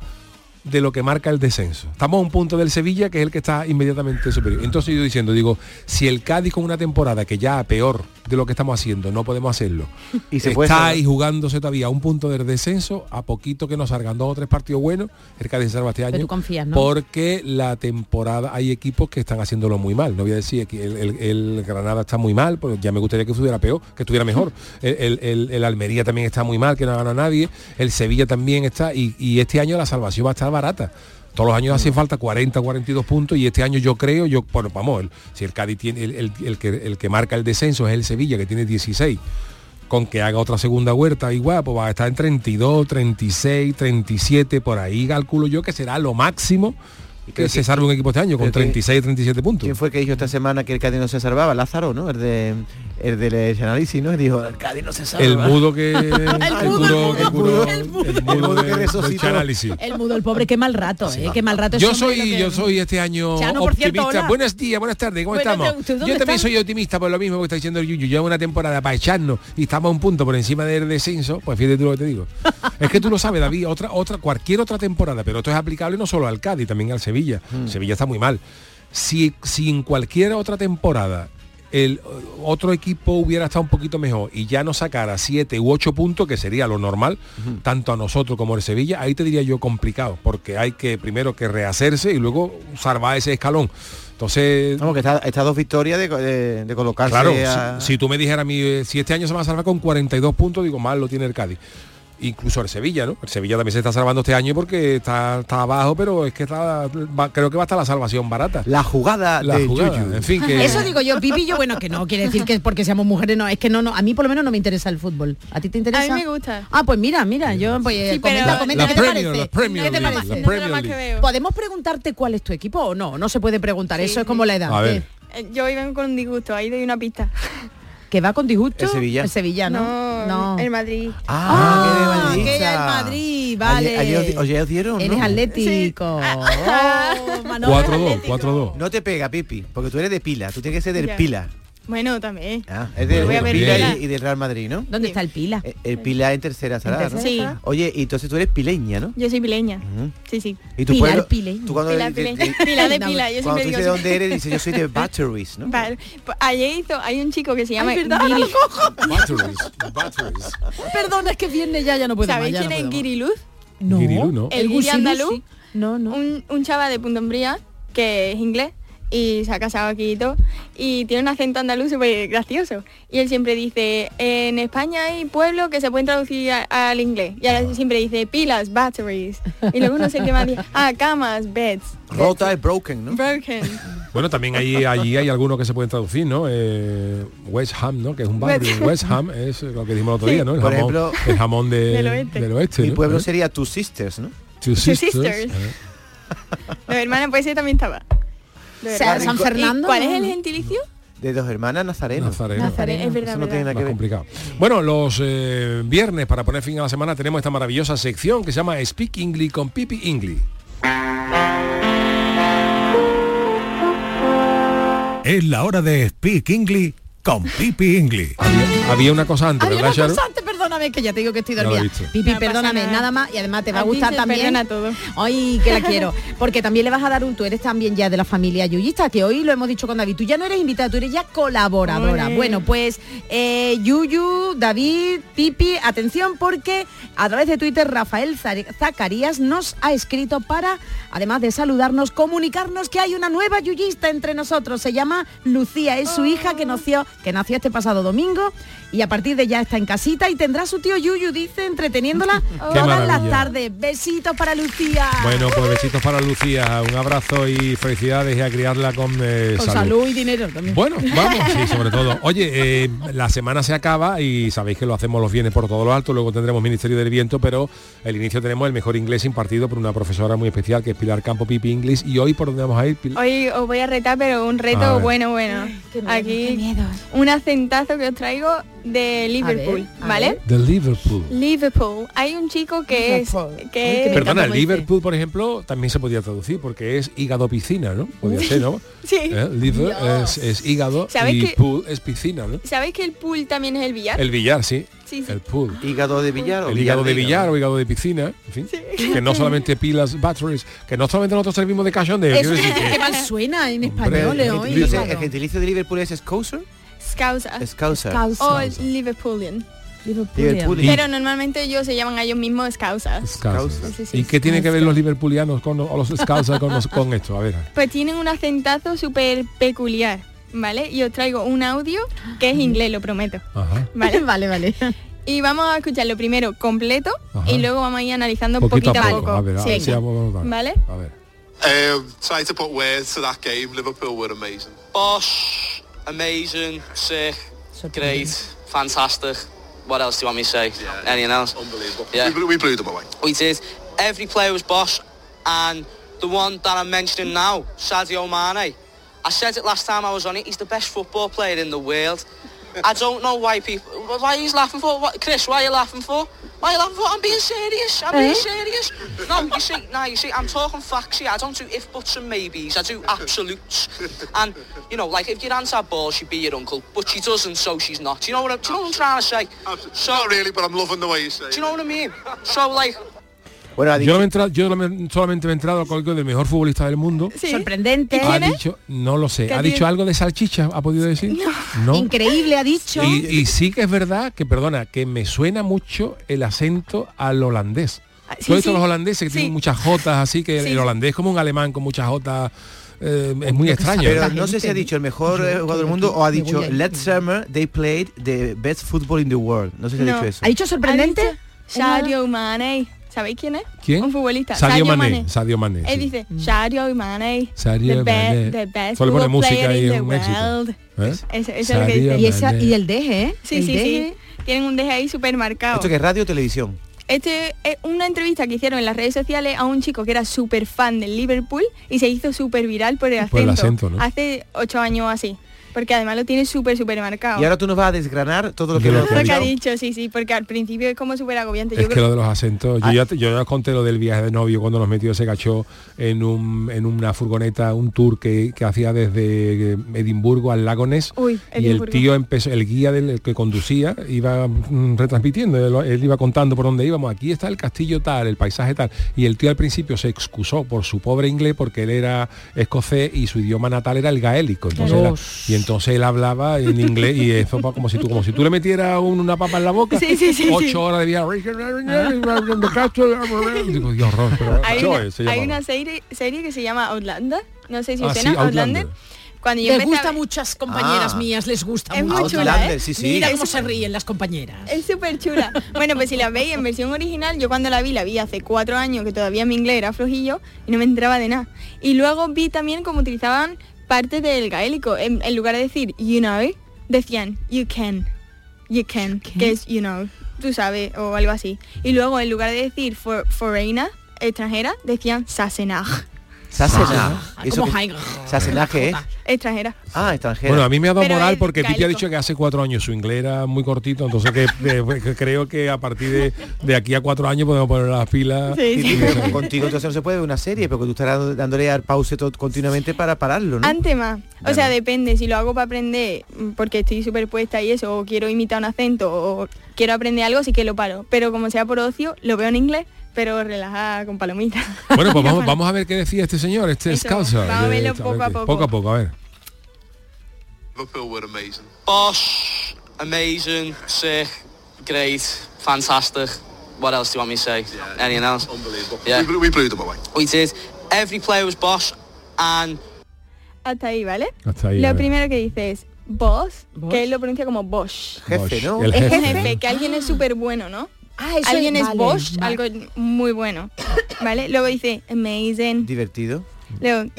S2: de lo que marca el descenso. Estamos a un punto del Sevilla que es el que está inmediatamente superior. Entonces yo diciendo, digo, si el Cádiz con una temporada que ya peor de lo que estamos haciendo, no podemos hacerlo,
S7: Y se
S2: está
S7: puede salvar.
S2: ahí jugándose todavía a un punto del descenso, a poquito que nos salgan dos o tres partidos buenos, el Cádiz se salva este
S6: Pero
S2: año,
S6: tú confías, ¿no?
S2: porque la temporada hay equipos que están haciéndolo muy mal. No voy a decir que el, el- el Granada está muy mal, porque ya me gustaría que estuviera peor, que estuviera mejor. El, el- el- el Almería también está muy mal, que no ha ganado nadie. El Sevilla también está, y, y este año la salvación va a estar barata. Todos los años hace falta 40, 42 puntos y este año yo creo, yo, bueno, vamos, el- si el Cádiz tiene, el, el- el que, el que marca el descenso es el Sevilla, que tiene 16 con que haga otra segunda huerta igual, pues va a estar en 32, 36, 37, por ahí calculo yo que será lo máximo que
S7: creo
S2: se
S7: que-
S2: salve un equipo este año, con
S7: creo que-
S2: 36, 37 puntos.
S7: ¿Quién fue que dijo esta semana que el Cádiz no se salvaba? Lázaro, ¿no? El de el del análisis, ¿no? Dijo, el Cádiz no se salva.
S2: El mudo que... el
S6: mudo,
S2: que curó- el mudo de- del Chanálisis.
S6: El mudo, el pobre, qué mal rato, ¿eh? Qué mal rato.
S2: Yo
S6: ese hombre,
S2: soy,
S6: lo que-
S2: yo soy este año
S6: Chano, por cierto,
S2: optimista.
S6: hola.
S2: Buenos días, buenas tardes, ¿cómo
S6: Buenas
S2: estamos?
S6: tardes, ¿tú dónde
S2: Yo también
S6: estás?
S2: soy optimista por lo mismo que está diciendo el Yuyu. Lleva una temporada para echarnos y estamos a un punto por encima del descenso. Pues fíjate tú lo que te digo. es que tú lo sabes, David, otra, otra, cualquier otra temporada, pero esto es aplicable no solo al Cádiz, también al Sevilla.
S6: Mm.
S2: Sevilla está muy mal. Si, si en cualquier otra temporada el otro equipo hubiera estado un poquito mejor y ya no sacara 7 u 8 puntos, que sería lo normal, tanto a nosotros como al Sevilla, ahí te diría yo complicado, porque hay que primero que rehacerse y luego salvar ese escalón. Entonces,
S7: Vamos, que está, está a dos victorias de, co- de- de colocarse
S2: claro,
S7: a-
S2: si, si tú me dijeras a mí, eh, si este año se va a salvar con 42 puntos, digo, mal lo tiene el Cádiz. Incluso el Sevilla, ¿no? El Sevilla también se está salvando este año porque está, está abajo, pero es que está, va- creo que va a estar la salvación barata.
S7: La jugada de Yuyu.
S2: En fin, que...
S6: Eso digo yo, Pipi, yo, bueno, que no quiere decir que es porque seamos mujeres, no, es que no, no, a mí por lo menos no me interesa el fútbol. ¿A ti te interesa?
S8: A mí me gusta.
S6: Ah, pues mira, mira, yo pues eh,
S8: Sí,
S6: comenta,
S8: pero-
S6: comenta,
S2: La
S6: ¿qué te
S2: Premier,
S6: parece?
S2: la Premier
S6: ¿Qué te
S2: League,
S6: parece?
S2: la No Premier drama que League. veo.
S6: ¿Podemos preguntarte cuál es tu equipo o no? No se puede preguntar, eso es como la edad.
S2: A ver.
S8: Eh, Yo iba con un disgusto, ahí doy una pista.
S6: ¿Que va con disgusto?
S8: ¿El Sevilla?
S6: El Sevilla, ¿no?
S8: No, el Madrid.
S6: Ah,
S7: qué de
S6: que ella es
S7: madridista.
S6: Madrid, vale.
S7: Ayer- ayer os di- ayer os dieron,
S6: Eres
S7: ¿no?
S6: atlético. Oh, Manolo,
S2: 4-2, 4-2.
S7: No te pega, Pipi, porque tú eres de pila, tú tienes que ser del
S8: Ya.
S7: pila.
S8: Bueno, también.
S7: Ah, es del
S8: Voy a ver
S7: pila
S8: Pila.
S7: y, y del Real Madrid, ¿no? Eh,
S6: ¿Dónde está el pila?
S7: El pila en tercera sala, ¿no?
S8: tercera? Sí.
S7: Oye, y entonces tú eres pileña, ¿no?
S8: Yo soy pileña.
S7: Ujú.
S8: Sí, sí.
S7: Y tu
S6: Pilar
S7: pueblo-
S6: Pileña.
S7: Tú cuando
S8: Pilar
S7: de- de-
S8: Pileña.
S7: de-
S8: Pilar de Pila, yo siempre
S7: cuando tú
S8: digo.
S7: dices de dónde eres, dices yo soy de Batteries, ¿no?
S8: Vale. Pues Ayer hizo, hay un chico que se llama
S6: Ay, ¿verdad?
S8: Giri-
S6: Ahora lo cojo.
S2: Batteries, batteries.
S6: Perdona, es que viene ya, ya no puedo
S8: ¿Sabéis
S6: más, ya
S8: quién
S6: no
S8: es
S6: puedo más.
S8: Giriluz?
S6: No.
S2: Girilú, ¿no?
S8: El guiri
S6: Gusiluz,
S8: andaluz.
S6: sí. No, no.
S8: Un, un chaval de Punta Umbría que es inglés y se ha casado aquí y todo y tiene un acento andaluz súper gracioso y él siempre dice en España hay pueblos que se pueden traducir a- al inglés y ahora siempre dice pilas batteries y luego no sé qué más dice ah camas beds
S7: Rota es broken, ¿no?
S8: broken
S2: Bueno, también allí, allí hay algunos que se pueden traducir, ¿no? Eh, West Ham, ¿no? Que es un barrio.
S8: West-
S2: West Ham es lo que dijimos el otro día, ¿no? El
S7: Por
S2: jamón,
S7: ejemplo-
S2: el jamón de-
S8: Del oeste.
S2: del oeste.
S7: Mi
S2: ¿no?
S7: pueblo
S2: ¿Eh?
S7: sería Two Sisters, ¿no?
S2: Two
S8: Two
S2: sisters.
S8: sisters.
S2: ¿eh?
S8: la hermana pues ella también estaba De
S6: O sea,
S8: verdad.
S6: San
S8: ¿Y
S6: Fernando,
S8: ¿cuál
S6: no,
S8: es el
S6: no.
S8: gentilicio?
S7: De dos hermanas Nazareno.
S2: Nazareno.
S8: Nazareno. Es verdad,
S7: Eso no
S8: verdad.
S7: tiene nada
S2: Más
S7: que ver.
S2: complicado. Bueno, los eh, viernes, para poner fin a la semana, tenemos esta maravillosa sección que se llama Speak English con Pipi English.
S9: Es la hora de Speak English con Pipi English.
S2: Había una cosa antes,
S6: Había
S2: ¿verdad,
S6: una
S2: Charo?
S6: cosa antes, perdóname, que ya te digo que estoy
S2: Ya lo he
S6: dormida.
S2: visto.
S6: Pipi,
S8: No pasa
S6: perdóname,
S8: nada.
S6: nada. más. Y además te va a
S8: A ti
S6: gustar
S8: se
S6: también.
S8: perdona todo.
S6: Ay, que la quiero. Porque también le vas a dar un, tú eres también ya de la familia Yuyista, que hoy lo hemos dicho con David. Tú ya no eres invitada, tú eres ya colaboradora.
S8: Ole.
S6: Bueno, pues eh, Yuyu, David, Pipi, atención porque a través de Twitter Rafael Zare- Zacarías nos ha escrito para, además de saludarnos, comunicarnos que hay una nueva Yuyista entre nosotros. Se llama Lucía, es su hija que nació, que nació este pasado domingo y a partir de ya está en casita y tendrá su tío Yuyu, dice, entreteniéndola
S2: Qué
S6: Oh. todas las
S2: maravilla.
S6: tardes. Besitos para Lucía.
S2: Bueno, pues besitos para Lucía, un abrazo y felicidades y a criarla con, eh,
S6: Con
S2: salud.
S6: salud y dinero también.
S2: Bueno, vamos, sí, sobre todo. Oye, eh, la semana se acaba y sabéis que lo hacemos los viernes por todo lo alto, luego tendremos Ministerio del Viento, pero el inicio tenemos el mejor inglés impartido por una profesora muy especial que es Pilar Campo Pipi English y hoy por dónde vamos a ir, Pilar?
S8: Hoy os voy a retar, pero un
S2: A
S8: reto
S2: ver.
S8: bueno, bueno.
S6: Qué miedo,
S8: Aquí
S6: qué miedo.
S8: un acentazo que os traigo de Liverpool,
S3: ver, a
S8: ¿vale?
S3: De Liverpool.
S8: Liverpool. Hay un chico que es Eh, que es-
S2: Perdona, Liverpool, por ejemplo, también se podía traducir porque es hígado piscina, ¿no? Podía ser, ¿no?
S8: Sí.
S2: ¿Eh? Liver es, es hígado
S8: ¿Sabes
S2: y
S8: que-
S2: pool es piscina, ¿no?
S8: ¿Sabéis que el pool también es el billar?
S2: El billar, sí.
S8: Sí, sí.
S2: El pool.
S7: Hígado de billar
S2: El hígado de billar o hígado de piscina, en fin. Que no solamente pilas batteries, que no solamente nosotros servimos de cachondeo.
S6: Eso-
S2: quiero decir que-
S6: qué mal suena en
S2: Hombre,
S6: español, eh, hoy.
S2: Liverpool.
S7: ¿El gentilicio de Liverpool es Scouser?
S8: Scouser.
S7: Scouser.
S8: O Liverpoolian.
S7: Liverpoolian.
S8: Pero normalmente ellos se llaman a ellos mismos Scousers.
S2: Scousers.
S8: Sí, sí,
S2: ¿Y qué tienen que ver los liverpulianos con o los Scousers con, los- con esto? A ver.
S8: Pues tienen un acentazo súper peculiar, ¿vale? Y os traigo un audio que es inglés, lo prometo.
S2: Ajá.
S8: Vale, vale, vale. Y vamos a escucharlo primero completo
S2: Ajá.
S8: y luego vamos a ir analizando
S2: Poquito
S8: poquito,
S2: a
S8: a
S2: poco,
S8: poco.
S2: a ver, a ver si vamos a notar.
S8: ¿Vale?
S2: A ver.
S10: Um, trying to put words to that game. Liverpool were amazing.
S11: Boss, amazing, sick, great,
S10: Mm-hmm.
S11: fantastic. What else do you want me to say? Anything else? Unbelievable. Yeah.
S10: We, blew, we blew them away.
S11: We did. Every player was boss, and the one that I'm mentioning now, Sadio Mane. I said it last time I was on it. He's the best football player in the world. I don't know why people. Why he's laughing for? What, Chris, why are you laughing for? Why are you laughing for? I'm being serious. I'm
S5: Eh?
S11: being serious. No, you see, now you see, I'm talking facts here. I don't do if buts and maybes. I do absolutes. And you know, like if your aunt had balls, she'd be your uncle, but she doesn't, so she's not. Do you know what? I'm, do you know what I'm trying to say? So, not really, but I'm loving the way you say. Do you know what I mean? So like,
S2: yo, no me he enterado- yo no me- solamente me he entrado con algo del mejor futbolista del mundo.
S6: Sorprendente.
S2: Ha dicho, no lo sé.
S6: ¿Qué
S2: ¿Ha
S6: tiene?
S2: dicho algo de salchicha? ¿Ha podido decir? No.
S6: Increíble, ha dicho.
S2: Y, y sí que es verdad que, perdona, que me suena mucho el acento al holandés.
S6: Ah, sí,
S2: Sobre todo
S6: sí.
S2: los holandeses que tienen muchas jotas, así que el,
S7: Sí,
S2: el
S7: sí.
S2: holandés es como un alemán con muchas jotas. eh, es muy extraño.
S7: Pero no sé si ha dicho el mejor eh, jugador del mundo o ha dicho Let's summer they played the best football in the world. No sé si ha dicho eso.
S8: sorprendente? Sadio Mane. ¿Sabéis quién es?
S7: ¿Quién?
S8: Un futbolista.
S2: Sadio Mané. Sadio Mané.
S8: Él
S2: sí.
S8: dice Sadio Mane. the,
S2: Sadio
S8: be-
S2: Mané.
S8: the best
S2: Solo pone
S8: football
S2: música
S8: player
S2: y
S8: in
S2: es
S8: the
S2: un éxito.
S8: world.
S2: ¿Eh?
S8: Ese- eso es lo que
S2: Sadio
S8: dice.
S2: Y esa- Mané. y
S6: el deje, ¿eh?
S8: Sí,
S6: El
S8: sí, sí.
S6: deje.
S8: Tienen un deje ahí súper marcado.
S7: Esto que es radio o televisión.
S8: Este es una entrevista que hicieron en las redes sociales a un chico que era súper fan del Liverpool y se hizo súper viral por el acento.
S7: Por el acento, ¿no?
S8: Hace ocho años o así. Porque además lo tiene súper, súper marcado.
S7: Y ahora tú nos vas a desgranar todo lo que
S2: Yo
S7: lo
S2: lo
S8: Lo que ha
S7: escuchado.
S8: dicho, sí, sí, porque al principio es como súper agobiante.
S2: Es
S8: Yo
S2: que lo
S8: creo
S2: de los acentos, yo ya, te- yo ya os conté lo del viaje de novio cuando nos metió ese cacho en, un, en una furgoneta, un tour que, que hacía desde eh, Edimburgo al lago Ness
S8: Uy,
S2: y el
S8: Edimburgo.
S2: tío empezó, el guía del el que conducía iba mm, retransmitiendo, él, él iba contando por dónde íbamos, aquí está el castillo tal, el paisaje tal, y el tío al principio se excusó por su pobre inglés porque él era escocés y su idioma natal era el gaélico, entonces era- y entonces él hablaba en inglés y eso pa- como si tú como si tú le metieras un- una papa en la boca,
S5: Sí, sí, sí,
S2: ocho
S5: sí.
S2: horas de viaje, ¿Ah? Digo, Dios, horror, pero
S8: Hay
S2: Joe
S8: una,
S2: se
S8: hay
S2: llamaba.
S8: una serie, serie que se llama Outlander. No sé si
S2: Ah,
S8: os
S2: sí,
S8: suena
S2: Outlander.
S8: Outlander. Cuando yo
S3: Les
S8: empecé a
S3: gusta a
S8: ver-
S3: muchas compañeras
S8: Ah.
S3: mías, les gusta
S8: Es
S3: mucho.
S8: muy chula, Outlander, ¿eh?
S7: sí, sí.
S3: Mira
S7: Es
S3: cómo se ríen las compañeras.
S8: Es súper chula. Bueno, pues si la veis en versión original, yo cuando la vi, la vi hace cuatro años, que todavía mi inglés era flojillo y no me entraba de nada. Y luego vi también cómo utilizaban parte del gaélico. En, en lugar de decir, you know, decían, you can, you can, que es, you know, tú sabes, o algo así. Y luego, en lugar de decir for, foreigner, extranjera, decían sasenaj,
S7: Sassenach.
S8: Ah, como
S7: Eso que- ¿eh?
S8: Heinz.
S7: Sassenach, ¿qué es?
S8: extranjera.
S7: Ah, extranjero.
S2: Bueno, a mí me ha dado
S8: Pero
S2: moral
S8: es
S2: porque Pipi ha
S8: gaélico.
S2: dicho que hace cuatro años su inglés era muy cortito, entonces que, eh, pues, que creo que a partir de, de aquí a cuatro años podemos poner las pilas.
S7: Sí,
S2: y-
S7: sí.
S2: y-
S7: Contigo entonces no se puede ver una serie, porque tú estarás dándole al pause todo- continuamente para pararlo,
S2: ¿Mm?
S7: ¿no?
S8: Antes más. O
S7: Claro.
S8: sea, depende. Si lo hago para aprender mm, porque estoy superpuesta y eso, o quiero imitar un acento, o quiero aprender algo, sí que lo paro. Pero como sea por ocio, lo veo en inglés, pero relajada con palomitas.
S2: Bueno, pues vamos, vamos a ver qué decía este señor, este
S8: Eso,
S2: Scouser.
S8: vamos a verlo
S2: Eh,
S8: poco a
S2: ver qué-
S8: poco.
S2: Poco a poco, a ver.
S10: Liverpool were amazing.
S11: Boss, amazing, sick, great, fantastic. What else do you want me to say? Anything else? Unbelievable. Yeah.
S10: We, blew, we blew them away.
S11: We did. Every player was boss, and
S8: Hasta ahí, ¿vale?
S2: Hasta ahí. a
S8: Lo
S2: ver.
S8: primero que dice es boss, que él lo pronuncia como boss.
S2: Jefe, ¿no?
S8: Es
S2: El
S8: jefe,
S2: jefe.
S8: que alguien es súper bueno, ¿no?
S6: Ah, eso
S8: alguien
S6: es-
S8: es
S6: vale,
S8: boss,
S6: vale.
S8: algo muy bueno. ¿Vale? Luego dice amazing.
S7: Divertido.
S8: Luego,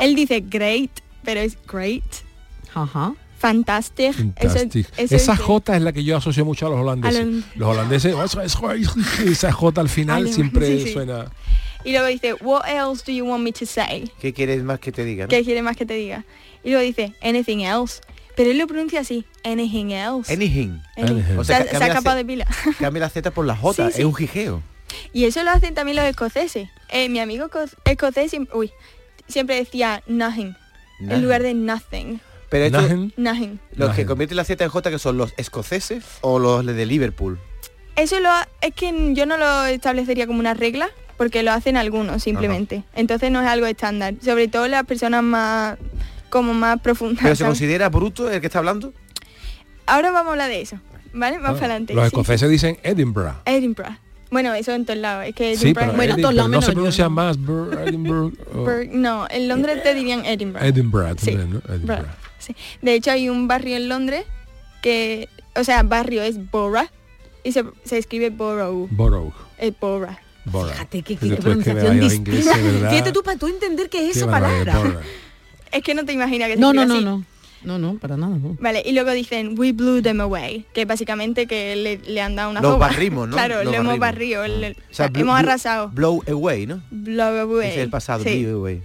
S8: él dice great, pero es great.
S6: Ajá.
S8: Fantastic. Eso-
S2: Fantastic.
S8: eso
S2: esa
S8: es-
S2: J es la que yo asocio mucho a los holandeses.
S8: A los-
S2: Los holandeses, "Oh, eso es- esa J al final
S8: Alemán,
S2: siempre
S8: sí, sí.
S2: suena...
S8: Y luego dice, what else do you want me to say?
S7: ¿Qué quieres más que te diga? no?
S8: ¿Qué quiere más que te diga? Y luego dice, anything else. Pero él lo pronuncia así, anything else.
S7: Anything.
S8: Anything.
S7: O sea,
S8: Se ha-
S7: que
S8: se ha
S7: cambia,
S8: escapado
S7: la
S8: de pila.
S7: Z- cambia la Z por la J,
S8: Sí, sí.
S7: es un jijeo.
S8: Y eso lo hacen también los escoceses. Eh, mi amigo co- escocés siempre, uy, siempre decía nothing, en
S7: Nothing.
S8: lugar de nothing.
S7: Pero esto,
S8: Nothing.
S7: los que convierten la Z en J que son los escoceses o los de Liverpool.
S8: Eso lo, ha- es que yo no lo establecería como una regla, porque lo hacen algunos simplemente. Entonces no es algo estándar. Sobre todo las personas más como más profundas.
S7: Pero se
S8: ¿sabes?
S7: considera bruto el que está hablando.
S8: Ahora vamos a hablar de eso. ¿Vale? Más para adelante.
S2: Ah, Los
S8: sí.
S2: escoceses dicen Edinburgh.
S8: Edinburgh. Bueno, eso en todos lados. Es que
S2: Sí,
S8: Edinburgh
S2: pero
S8: bueno,
S2: Edinburgh, no se pronuncia más Bur- Edinburgh. o
S8: Bur- No, en Londres te dirían Edinburgh.
S2: Edinburgh.
S8: Sí.
S2: también, ¿no? Edinburgh.
S8: Bra- sí. De hecho hay un barrio en Londres que, o sea, barrio es Borough y se, se escribe Borough.
S2: Borough.
S8: Es Borough.
S2: Borough.
S12: Fíjate qué,
S2: Tú es
S12: qué
S2: que me
S12: pronunciación
S2: vaya inglés,
S12: distinta.
S2: de verdad.
S12: Fíjate tú para tú entender qué es
S2: Qué
S12: esa
S2: barbaridad,
S12: palabra.
S2: Borough.
S8: Es que no te imaginas que se
S6: No, no,
S8: escribe
S6: no,
S8: así.
S6: no. No, no, para nada. no.
S8: Vale, y luego dicen We blew them away, que básicamente que le, le han dado una
S7: Los
S8: soba.
S7: barrimos, ¿no?
S8: Claro,
S7: Los
S8: lo hemos
S7: barrimos.
S8: barrido, le-
S7: O sea, blo-
S8: hemos
S7: blo-
S8: arrasado.
S7: Blow away, ¿no?
S8: Blow away.
S7: Ese es el pasado,
S8: Sí.
S7: blow away.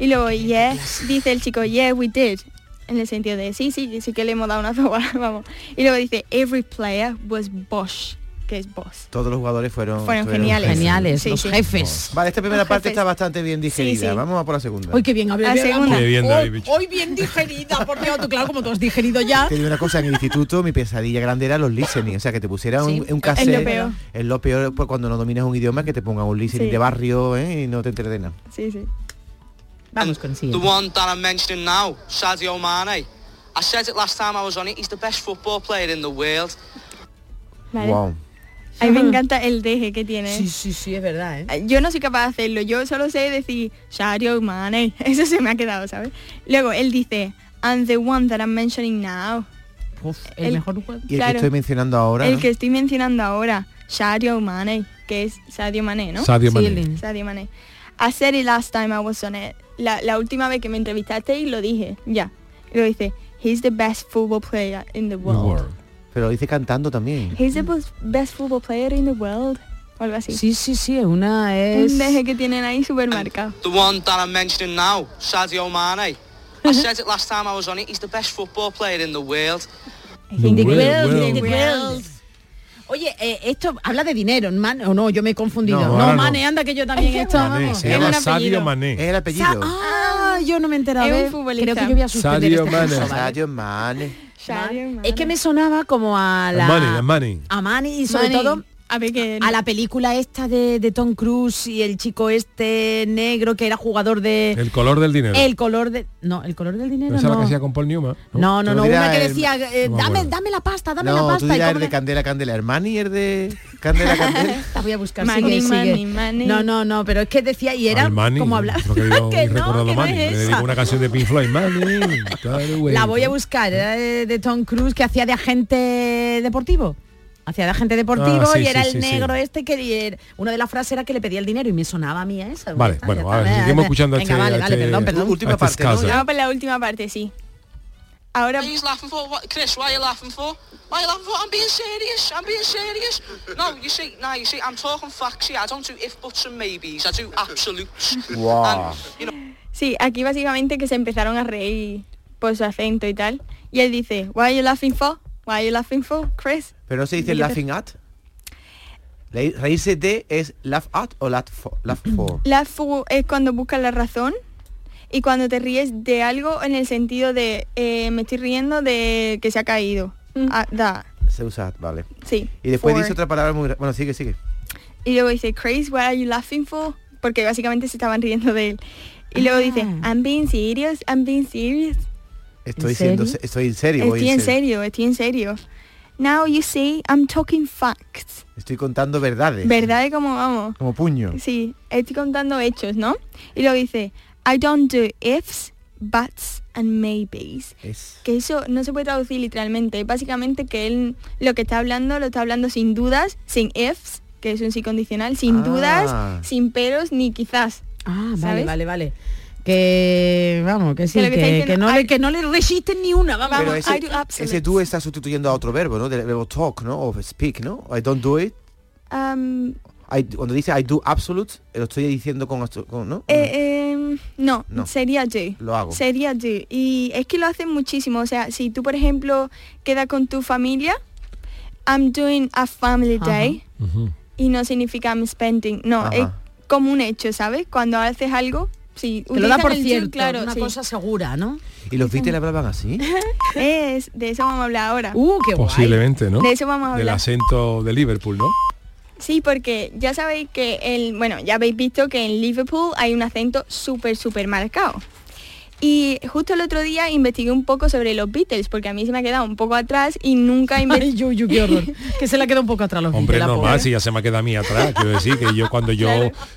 S8: Y luego, yes, dice el chico, yes, we did. En el sentido de, sí, sí, sí que le hemos dado una soba, vamos. Y luego dice, every player was boss, que es boss.
S7: Todos los jugadores fueron,
S8: Fueron
S7: estuvieron-
S8: geniales.
S6: Geniales,
S8: Sí,
S6: los
S8: sí.
S6: jefes.
S7: Vale, esta primera
S6: Los
S7: parte
S6: jefes.
S7: está bastante bien digerida.
S6: sí.
S7: Vamos a por la segunda.
S6: Hoy qué bien, a ver,
S8: La
S6: veamos.
S8: segunda. Qué bien, David
S6: hoy,
S7: Bicho.
S6: hoy bien digerida, por Dios, tú claro, como tú has digerido ya.
S7: Te digo una cosa, en el instituto mi pesadilla grande era los listening, o sea, que te pusieran
S6: Sí,
S7: un, un
S6: es
S7: cassette.
S6: lo peor.
S7: Es lo peor, pues, cuando no dominas un idioma que te pongan un listening
S8: Sí.
S7: de barrio ¿eh? y no te entretenan.
S8: Sí, sí.
S6: Vamos con el
S11: The
S6: siguiente.
S11: one that I'm mentioning now, Sadio Mane. I said it last time I was on it, he's the best football player in the world.
S8: Vale. A mí me encanta el deje que tiene. Ah,
S6: Sí, sí, sí, es verdad, ¿eh?
S8: Yo no soy capaz de hacerlo, yo solo sé decir Shario Mane. Eso se me ha quedado, ¿sabes? Luego él dice, I'm the one that I'm mentioning now.
S6: Uf, el,
S8: El-
S6: mejor juego.
S7: Y el que
S8: Claro.
S7: estoy mencionando ahora,
S8: el
S7: ¿no?
S8: que estoy mencionando ahora, Shario Mane, que es Sadio Mane, ¿no?
S2: Sadio Sí, Mané. el-
S8: Sadio Mané. I said it last time I was on it. La, la última vez que me entrevistasteis lo dije, ya. Y lo dice, he's the best football player in the world.
S7: Pero lo dice cantando también.
S8: He's the best- best football player in the world. O algo así.
S6: Sí, sí, sí, una es...
S8: Un deje que tienen ahí supermercado.
S11: The one that I'm mentioning now, Sadio Mane. I
S6: Mm-hmm.
S11: said it last time I was on it, he's the best football player in the world.
S6: The
S11: world,
S6: world,
S11: world.
S6: the world. Oye, eh, esto habla de dinero, man, o no, yo me he confundido.
S2: No,
S6: No,
S2: ahora no.
S6: Mane, anda que yo también esto.
S2: Mané,
S6: vamos.
S2: se llama Sadio Mané.
S7: Es el apellido.
S6: Ah, yo no me he enterado.
S8: Es un
S6: eh.
S8: futbolista.
S6: Creo que yo voy a suspender
S2: Sadio
S6: este curso,
S2: Mane.
S6: ¿vale?
S7: Sadio Mane.
S6: Es que me sonaba como a la...
S2: Money, the money.
S6: a Manny y sobre
S8: Manny,
S6: todo
S8: a ver que
S6: a la película esta de, de Tom Cruise y el chico este negro que era jugador de
S2: El color del dinero.
S6: el color de no el color del dinero
S2: Esa es la
S6: no
S2: que hacía con Paul Newman.
S6: no no,
S7: Tú
S6: no,
S7: dirás
S6: una que
S7: el-
S6: decía eh,
S2: No
S6: dame
S2: me acuerdo.
S6: dame la pasta dame la
S7: No, tú
S6: pasta y
S7: dirás el
S6: cómo
S7: de
S6: la-
S7: Candela, Candela. Hermani es de Candela, Candela.
S6: la voy a buscar
S8: Manny,
S6: sigue, sigue.
S8: Manny, Manny.
S6: no no no pero es que decía y era
S2: Al Manny,
S6: como hablar
S2: lo que digo,
S6: que
S2: he
S6: no,
S2: recordado
S6: que no
S2: Manny,
S6: es
S2: le dedico
S6: esa.
S2: una canción de Pink Floyd. Manny, tal, güey.
S6: la voy a buscar era de, de Tom Cruise que hacía de agente deportivo hacía de agente deportivo
S2: Ah, sí,
S6: y era
S2: sí,
S6: el
S2: sí, sí.
S6: negro este que y era- una de las frases era que le pedía el dinero y me sonaba a mí ¿eh? a esa
S2: Vale,
S6: Ya está,
S2: bueno,
S6: Ah, ya está,
S2: a ver,
S6: venga,
S2: seguimos
S6: venga.
S2: escuchando a
S6: Venga,
S2: este-
S6: vale,
S2: a
S6: vale,
S2: este-
S6: perdón, perdón.
S2: Última Este parte, ¿no? escaso.
S8: Vamos para la última parte, sí. Ahora
S11: What are you laughing for? What, Chris, why are you laughing for? Why are you laughing for? I'm being serious. I'm being serious. Nou, No, you see, no, you see, I'm talking facts here. I don't do if buts and maybes. I do absolutes.
S7: Wow.
S8: Sí, aquí básicamente que se empezaron a reír por su acento y tal. Y él dice, Why are you laughing for? Why are you laughing for, Chris?
S7: Pero no se
S8: Yo
S7: dice
S8: te-
S7: laughing at. Le- Reírse de es laugh at o laugh for. Laugh for.
S8: Laugh for es cuando buscas la razón y cuando te ríes de algo en el sentido de eh, me estoy riendo de que se ha caído. Ah, da,
S7: Se usa at, vale.
S8: sí.
S7: Y después
S8: for.
S7: dice otra palabra muy... gra- Bueno, sigue, sigue.
S8: Y luego dice, Chris, what are you laughing for? Porque básicamente se estaban riendo de él. Y luego dice, I'm being serious, I'm being serious.
S7: Estoy
S6: ¿En serio?
S7: siendo... se- Estoy en serio. voy
S8: Estoy en serio, estoy en serio. Now you see, I'm talking facts.
S7: Estoy contando verdades.
S8: ¿Verdad? Es Como vamos.
S7: Como puño.
S8: Sí, estoy contando hechos, ¿no? Y luego dice, I don't do ifs, buts and maybes.
S7: Es...
S8: Que eso no se puede traducir literalmente. Básicamente que él lo que está hablando, lo está hablando sin dudas, sin ifs, que es un sí condicional, sin
S6: Ah.
S8: dudas, sin peros ni quizás.
S6: Ah, vale,
S8: ¿Sabes?
S6: vale, vale. Que vamos, que
S8: Que
S6: sí, que,
S8: lo que está diciendo,
S6: que no le,
S8: "I-
S6: que no le resisten ni una, vamos.
S7: Pero ese,
S8: I do absolutes.
S7: ese do está sustituyendo a otro verbo, ¿no? Del verbo talk, ¿no? O speak, ¿no? I don't do it.
S8: Am,
S7: I- cuando dice I do absolute, lo estoy diciendo con... esto- con- ¿no?
S8: eh, em, Mm, no,
S7: No.
S8: sería yo.
S7: Lo hago.
S8: Sería yo. Y es que lo hacen muchísimo. O sea, si tú, por ejemplo, quedas con tu familia, I'm doing a family day. Y no significa I'm spending. No,
S3: Ajá.
S8: es como un hecho, ¿sabes? Cuando haces algo, si
S3: Te lo da
S8: utilizan
S3: por
S8: el yo,
S3: cierto,
S8: claro,
S3: una
S8: sí.
S3: cosa segura, ¿no?
S7: ¿Y los Beatles hablaban así?
S8: es, de eso vamos a hablar ahora.
S3: Uh, qué
S2: Posiblemente, ¿no?
S8: De eso vamos a
S2: Del
S8: hablar.
S2: acento de Liverpool, ¿no?
S8: Sí, porque ya sabéis que el, bueno, ya habéis visto que en Liverpool hay un acento súper, súper marcado. Y justo el otro día investigué un poco sobre los Beatles, porque a mí se me ha quedado un poco atrás y nunca
S3: Ay,
S8: investigué.
S3: Yuyu, qué horror. Que se le ha quedado un poco atrás los
S2: Hombre,
S3: Beatles, la
S2: normal,
S3: pobre.
S2: si ya se me queda a mí atrás. Quiero decir que yo cuando yo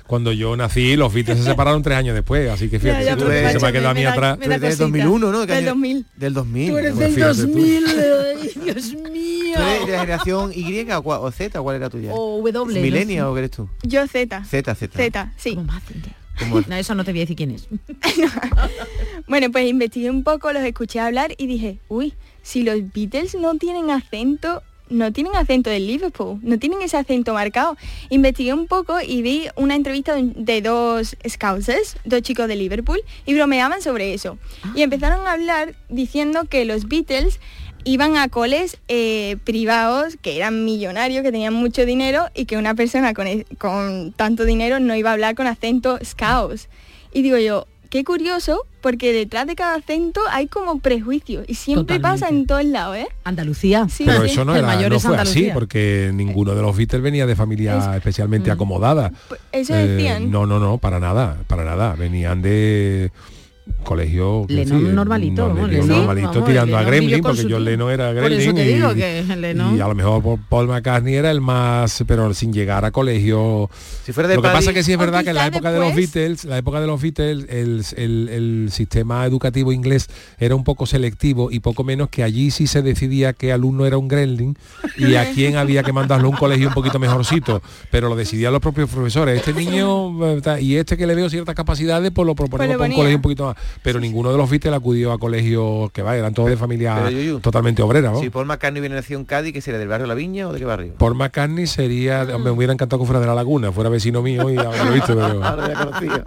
S2: cuando yo nací, los Beatles se separaron tres años después, así que fíjate,
S7: Ya, ya,
S2: si tú
S7: pero
S2: ves que se me
S7: macho,
S2: ha quedado a
S7: me
S2: mí
S7: da-
S2: atrás.
S7: me da Tú eres del cosita. 2001, ¿no? ¿De qué
S8: Del
S7: año?
S8: 2000.
S7: Del 2000.
S3: Tú eres
S7: Pues
S3: del
S7: fíjate tú.
S3: 2000, ay, Dios mío.
S7: ¿Tú eres de la generación Y o cua- o Z? ¿Cuál era tuya?
S3: O W.
S7: ¿Milenia
S3: no
S7: o
S3: sé.
S7: qué eres tú?
S8: Yo Z.
S7: Z, Z.
S8: Z, sí.
S7: Como el-
S3: No, eso no te voy a decir quién es.
S8: Bueno, pues investigué un poco, los escuché hablar y dije, uy, si los Beatles no tienen acento, no tienen acento de Liverpool, no tienen ese acento marcado. Investigué un poco y vi una entrevista de un- de dos scousers, dos chicos de Liverpool, y bromeaban sobre eso. Y empezaron a hablar diciendo que los Beatles iban a coles eh, privados que eran millonarios, que tenían mucho dinero y que una persona con, e- con tanto dinero no iba a hablar con acento scouse. Y digo yo, qué curioso, porque detrás de cada acento hay como prejuicios y siempre pasa en todos lados, ¿eh?
S3: Andalucía.
S2: Pero eso no,
S3: El
S2: era,
S3: mayor
S2: no
S3: es
S2: fue así,
S3: Andalucía. mm.
S2: porque ninguno de los Beatles venía de familia especialmente acomodada.
S3: Pues,
S8: Eso
S2: Eh,
S8: decían.
S2: No, no, no, para nada, para nada. Venían de colegio quiero
S3: Lennon
S2: decir,
S3: normalito,
S2: no,
S3: vamos,
S2: Lennon
S3: Lennon,
S2: normalito
S3: vamos,
S2: tirando a
S3: Lennon
S2: Gremlin,
S3: vivió con
S2: porque
S3: su
S2: yo
S3: tío.
S2: Lennon era
S3: Por
S2: Gremlin.
S3: eso te
S2: y-
S3: digo que el Lennon-
S2: y a lo mejor Paul- Paul McCartney era el más, pero sin llegar a colegio.
S7: Si fuera de
S2: lo que
S7: París-
S2: pasa es que sí es
S7: O
S2: verdad que en la
S7: quizá
S2: época de los
S7: después-
S2: Beatles, la época de los Beatles, el, el- el sistema educativo inglés era un poco selectivo y poco menos que allí sí se decidía qué alumno era un gremlin y a quién había que mandarlo a un colegio un poquito mejorcito, pero lo decidían los propios profesores. Este niño eh, ta- y este que le veo ciertas capacidades, pues lo proponemos
S8: Pues lo
S2: para un
S8: ponía.
S2: colegio un poquito más. Pero ninguno de los Beatles acudió a colegios que va, eran todos de familia
S7: pero, Yuyu,
S2: totalmente obrera. ¿no?
S7: Si Paul McCartney viene nacido en Cádiz, que sería del barrio La Viña o de qué barrio?
S2: Paul McCartney sería, me
S7: Mm.
S2: hubiera encantado que fuera de la laguna, fuera vecino mío y ahora lo he visto, pero,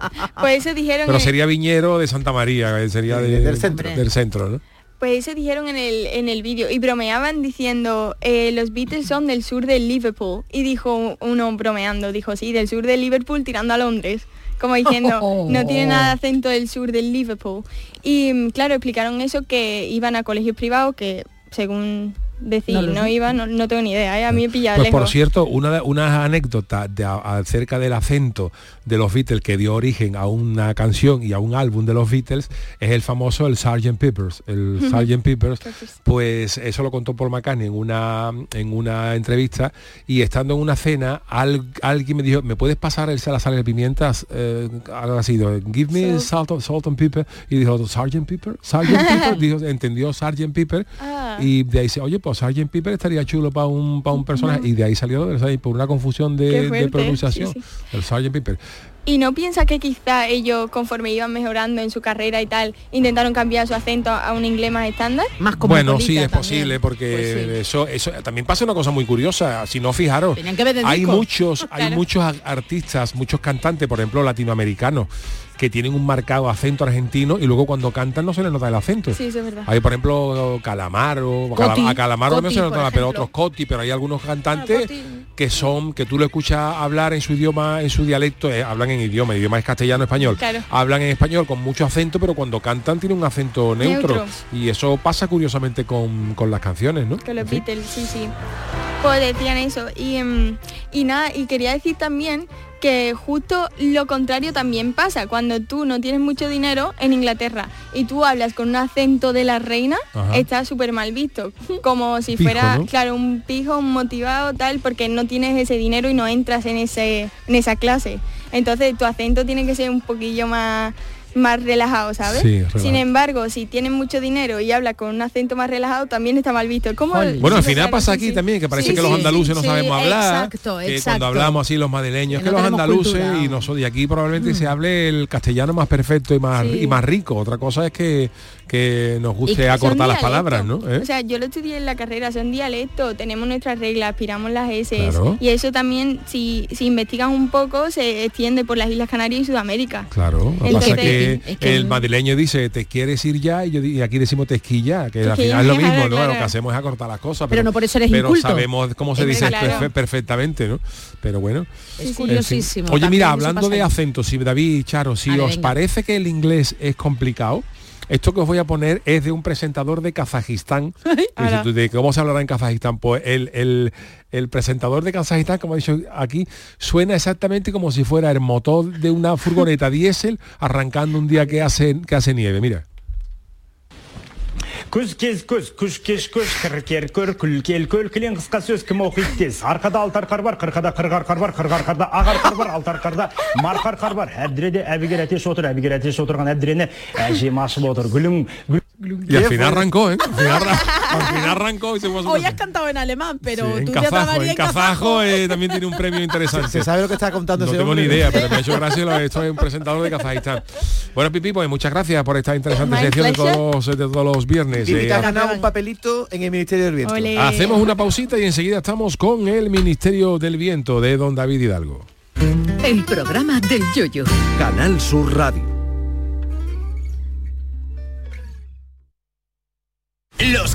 S3: Ah,
S8: Pues eso dijeron
S2: pero
S8: en-
S2: sería viñero de Santa María, eh, sería de-
S7: del centro.
S2: del centro, ¿no?
S8: Pues eso dijeron en el, en el vídeo y bromeaban diciendo, eh, los Beatles son del sur de Liverpool. Y dijo uno bromeando, dijo, sí, del sur de Liverpool tirando a Londres. Como diciendo, no tiene nada de acento del sur de Liverpool. Y mm, claro, explicaron eso, que iban a colegios privados, que según decir
S2: No
S8: no,
S2: lo sé.
S8: iban, no, no tengo ni idea, ¿eh? a mí me pillaba
S2: Pues
S8: lejos.
S2: por cierto, una, de- una anécdota de, a- acerca del acento de los Beatles que dio origen a una canción y a un álbum de los Beatles es el famoso el Sgt. Peppers. El
S13: Ujú.
S2: Sgt. Peppers, pues eso lo contó Paul McCartney en una, en una entrevista y estando en una cena, al- alguien me dijo, ¿me puedes pasar el sal a sal de pimientas? Eh, algo así, give me salt, of- salt and pepper. Y dijo, Sgt. Pepper, Sgt. Pepper, dijo, entendió Sgt. Pepper y de ahí dice, oye, pues Sgt. Piper estaría chulo para un, para un personaje. Y de ahí salió del Sgt. por una confusión
S8: Qué
S2: de,
S8: fuerte,
S2: de pronunciación.
S8: sí,
S2: El Sgt. Piper.
S8: Y no piensa que quizá ellos, conforme iban mejorando en su carrera y tal, intentaron cambiar su acento a un inglés más estándar.
S3: Más
S2: Bueno, sí, es posible, porque eso, eso también pasa una cosa muy curiosa, si no fijaros.
S3: Pues Tenían que ver de
S2: hay
S3: disco.
S2: muchos, hay
S3: Claro.
S2: muchos a- artistas, muchos cantantes, por ejemplo, latinoamericanos, que tienen un marcado acento argentino y luego cuando cantan no se les nota el acento.
S8: Sí, eso es verdad.
S2: Hay, por ejemplo, Calamaro,
S8: Coti,
S2: Cala- a Calamaro no
S8: Coti,
S2: se le
S8: por
S2: nota, pero
S8: ejemplo. Ah,
S2: otros Coti, pero hay algunos cantantes que son, que tú lo escuchas hablar en su idioma, en su dialecto, eh, hablan en idioma, el idioma es castellano, español.
S8: Claro.
S2: Hablan en español con mucho acento, pero cuando cantan tienen un acento neutro.
S8: Neutro.
S2: Y eso pasa curiosamente con, con las canciones, ¿no?
S8: Con los
S2: En fin.
S8: Beatles, sí, sí. Pues decían eso. Y, em, y nada, y quería decir también que justo lo contrario también pasa. Cuando tú no tienes mucho dinero en Inglaterra y tú hablas con un acento de la reina,
S14: Ajá.
S8: está súper mal visto. Como si
S14: Pijo,
S8: fuera,
S14: ¿no?
S8: claro, un pijo, un motivado, tal, porque no tienes ese dinero y no entras en, ese, en esa clase. Entonces tu acento tiene que ser un poquillo más más relajado, ¿sabes?
S2: Sí, relajado.
S8: Sin embargo, si tienes mucho dinero y habla con un acento más relajado, también está mal visto. ¿Cómo el-
S2: Bueno, al
S8: sí,
S2: final
S8: claro,
S2: pasa
S8: sí,
S2: aquí
S8: sí.
S2: también, que parece
S8: Sí,
S2: que los
S8: sí,
S2: andaluces no
S8: sí,
S2: sabemos hablar.
S8: exacto,
S2: que
S8: exacto.
S2: cuando hablamos así los madrileños,
S8: Que
S2: que
S8: no
S2: los
S8: tenemos
S2: andaluces
S8: cultura. Mm.
S2: y nosotros, y aquí probablemente se hable el castellano más perfecto y más,
S8: Sí.
S2: y más rico. Otra cosa es que, que nos guste acortar las palabras, ¿no? ¿Eh?
S8: O sea, yo lo estudié en la carrera, son dialectos, tenemos nuestras reglas, aspiramos las S. Claro. Y eso también, si, si investigas un poco, se extiende por las Islas Canarias y Sudamérica.
S2: Claro, lo que pasa que, es que el madrileño dice, te quieres ir ya, y, yo, y aquí decimos tesquilla, que, que al final es lo mismo, ¿no? Claro. Lo que hacemos es acortar las
S3: Pero,
S2: cosas.
S3: pero no por eso eres
S2: Pero
S3: inculto.
S2: sabemos cómo se dice claro. perfe perfectamente, ¿no? Pero bueno.
S3: Es curiosísimo.
S2: En fin. Oye, mira, hablando de acentos, si David y Charo, si
S3: Vale,
S2: os
S3: venga.
S2: parece que el inglés es complicado, esto que os voy a poner es de un presentador de Kazajistán. Dice,
S13: Ahora.
S2: tú, ¿De cómo se hablará en Kazajistán? Pues el, el- el presentador de Kazajistán, como he dicho aquí, suena exactamente como si fuera el motor de una furgoneta diésel arrancando un día que hace, que hace nieve. Mira.
S14: көз кез көз күш кеш көш кір кер көр күл кел көл кілең қысқа сөз кім оқиды тез арқада алты арқар бар қырқада қырық арқар бар қырық арқарда ақ арқар бар алты арқарда марқа арқар бар әбдіреде әбігер әтеш отыр әбігер әтеш отырған әбдірені әжем ашып отыр гүлім гүл
S2: Y al final arrancó, ¿eh? Al final, arra- al final arrancó y se fue a su
S3: Hoy
S2: casa.
S3: has cantado en alemán, pero
S2: Sí, en
S3: tú te
S2: Cafajo,
S3: pagarías
S2: en Cafajo eh, también tiene un premio interesante.
S7: ¿Se sabe lo que está contando
S2: No
S7: ese
S2: tengo
S7: hombre?
S2: ni idea, pero me ha hecho gracia lo de esto es un presentador de Kazajistán. Bueno, Pipi, pues muchas gracias por esta interesante
S7: My
S2: sección de
S7: pleasure.
S2: todos, eh, de todos los viernes.
S7: Pipi,
S2: Eh,
S7: te has ganado un papelito en el Ministerio del Viento.
S2: hacemos una pausita y enseguida estamos con el Ministerio del Viento de Don David Hidalgo.
S4: El programa del yoyo.
S9: Canal Sur Radio.
S12: Los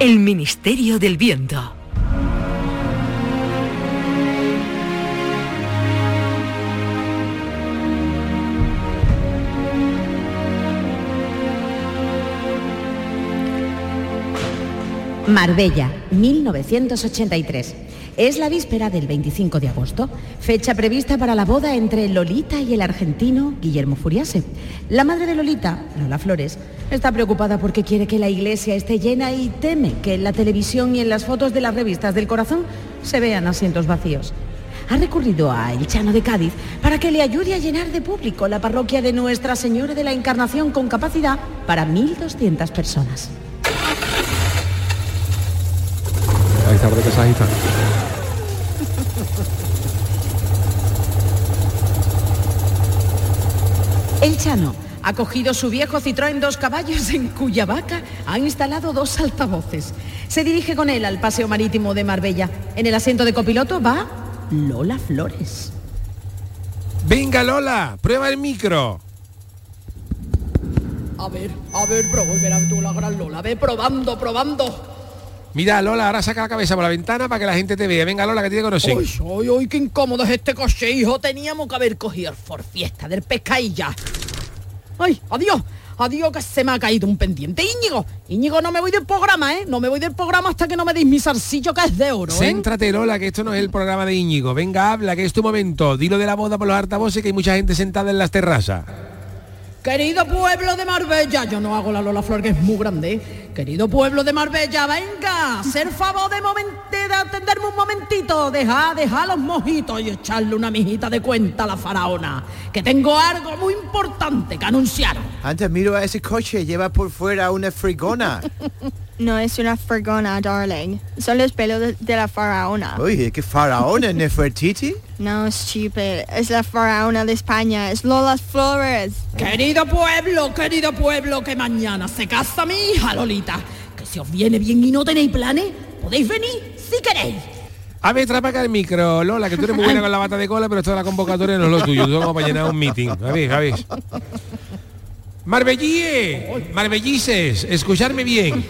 S4: El Ministerio del Viento.
S6: Marbella, 1983. Es la víspera del 25 de agosto, fecha prevista para la boda entre Lolita y el argentino Guillermo Furiase. La madre de Lolita, Lola Flores, está preocupada porque quiere que la iglesia esté llena y teme que en la televisión y en las fotos de las revistas del corazón se vean asientos vacíos. Ha recurrido a El Chano de Cádiz para que le ayude a llenar de público la parroquia de Nuestra Señora de la Encarnación con capacidad para 1.200 personas.
S2: Ahí está, de Kazajistán.
S6: El Chano ha cogido su viejo Citroën dos caballos en cuya vaca ha instalado dos altavoces. Se dirige con él al paseo marítimo de Marbella. En el asiento de copiloto va Lola Flores.
S2: Venga Lola, prueba el micro.
S15: A ver, a ver, probó, verás tú la gran Lola. Ve probando, probando.
S2: Mira Lola, ahora saca la cabeza por la ventana para que la gente te vea. Venga Lola, que te conocen.
S15: Uy, uy, uy, qué incómodo es este coche, hijo. Teníamos que haber cogido el Ford Fiesta del pescadilla. Ay, adiós, adiós, que se me ha caído un pendiente. Íñigo, Íñigo, no me voy del programa, ¿eh? No me voy del programa hasta que no me deis mi zarcillo que es de oro, ¿eh?
S2: Céntrate Lola, que esto no es el programa de Íñigo. Venga, habla, que es tu momento. Dilo de la boda por los altavoces que hay mucha gente sentada en las terrazas.
S15: Querido pueblo de Marbella, yo no hago la Lola Flor que es muy grande. ¿eh? Querido pueblo de Marbella, venga, hacer favor de, momen- de atenderme un momentito, deja, deja los mojitos y echarle una mijita de cuenta a la faraona, que tengo algo muy importante que anunciar.
S7: Antes miro a ese coche, lleva por fuera una frigona.
S8: No es una fregona, darling. Son los pelos de, de la faraona.
S7: Oye, qué faraón es Nefertiti.
S8: No, stupid. Es la faraona de España. Es Lola Flores.
S15: Querido pueblo, querido pueblo, que mañana se casa mi hija Lolita, que si os viene bien y no tenéis planes, podéis venir si queréis.
S2: A ver, trapaca el micro, Lola, que tú eres muy buena con la bata de cola, pero esto de la convocatoria no es lo tuyo. Tú vamos para llenar un meeting. A ver, a ver. Marbellíe, Marbellices, escucharme bien.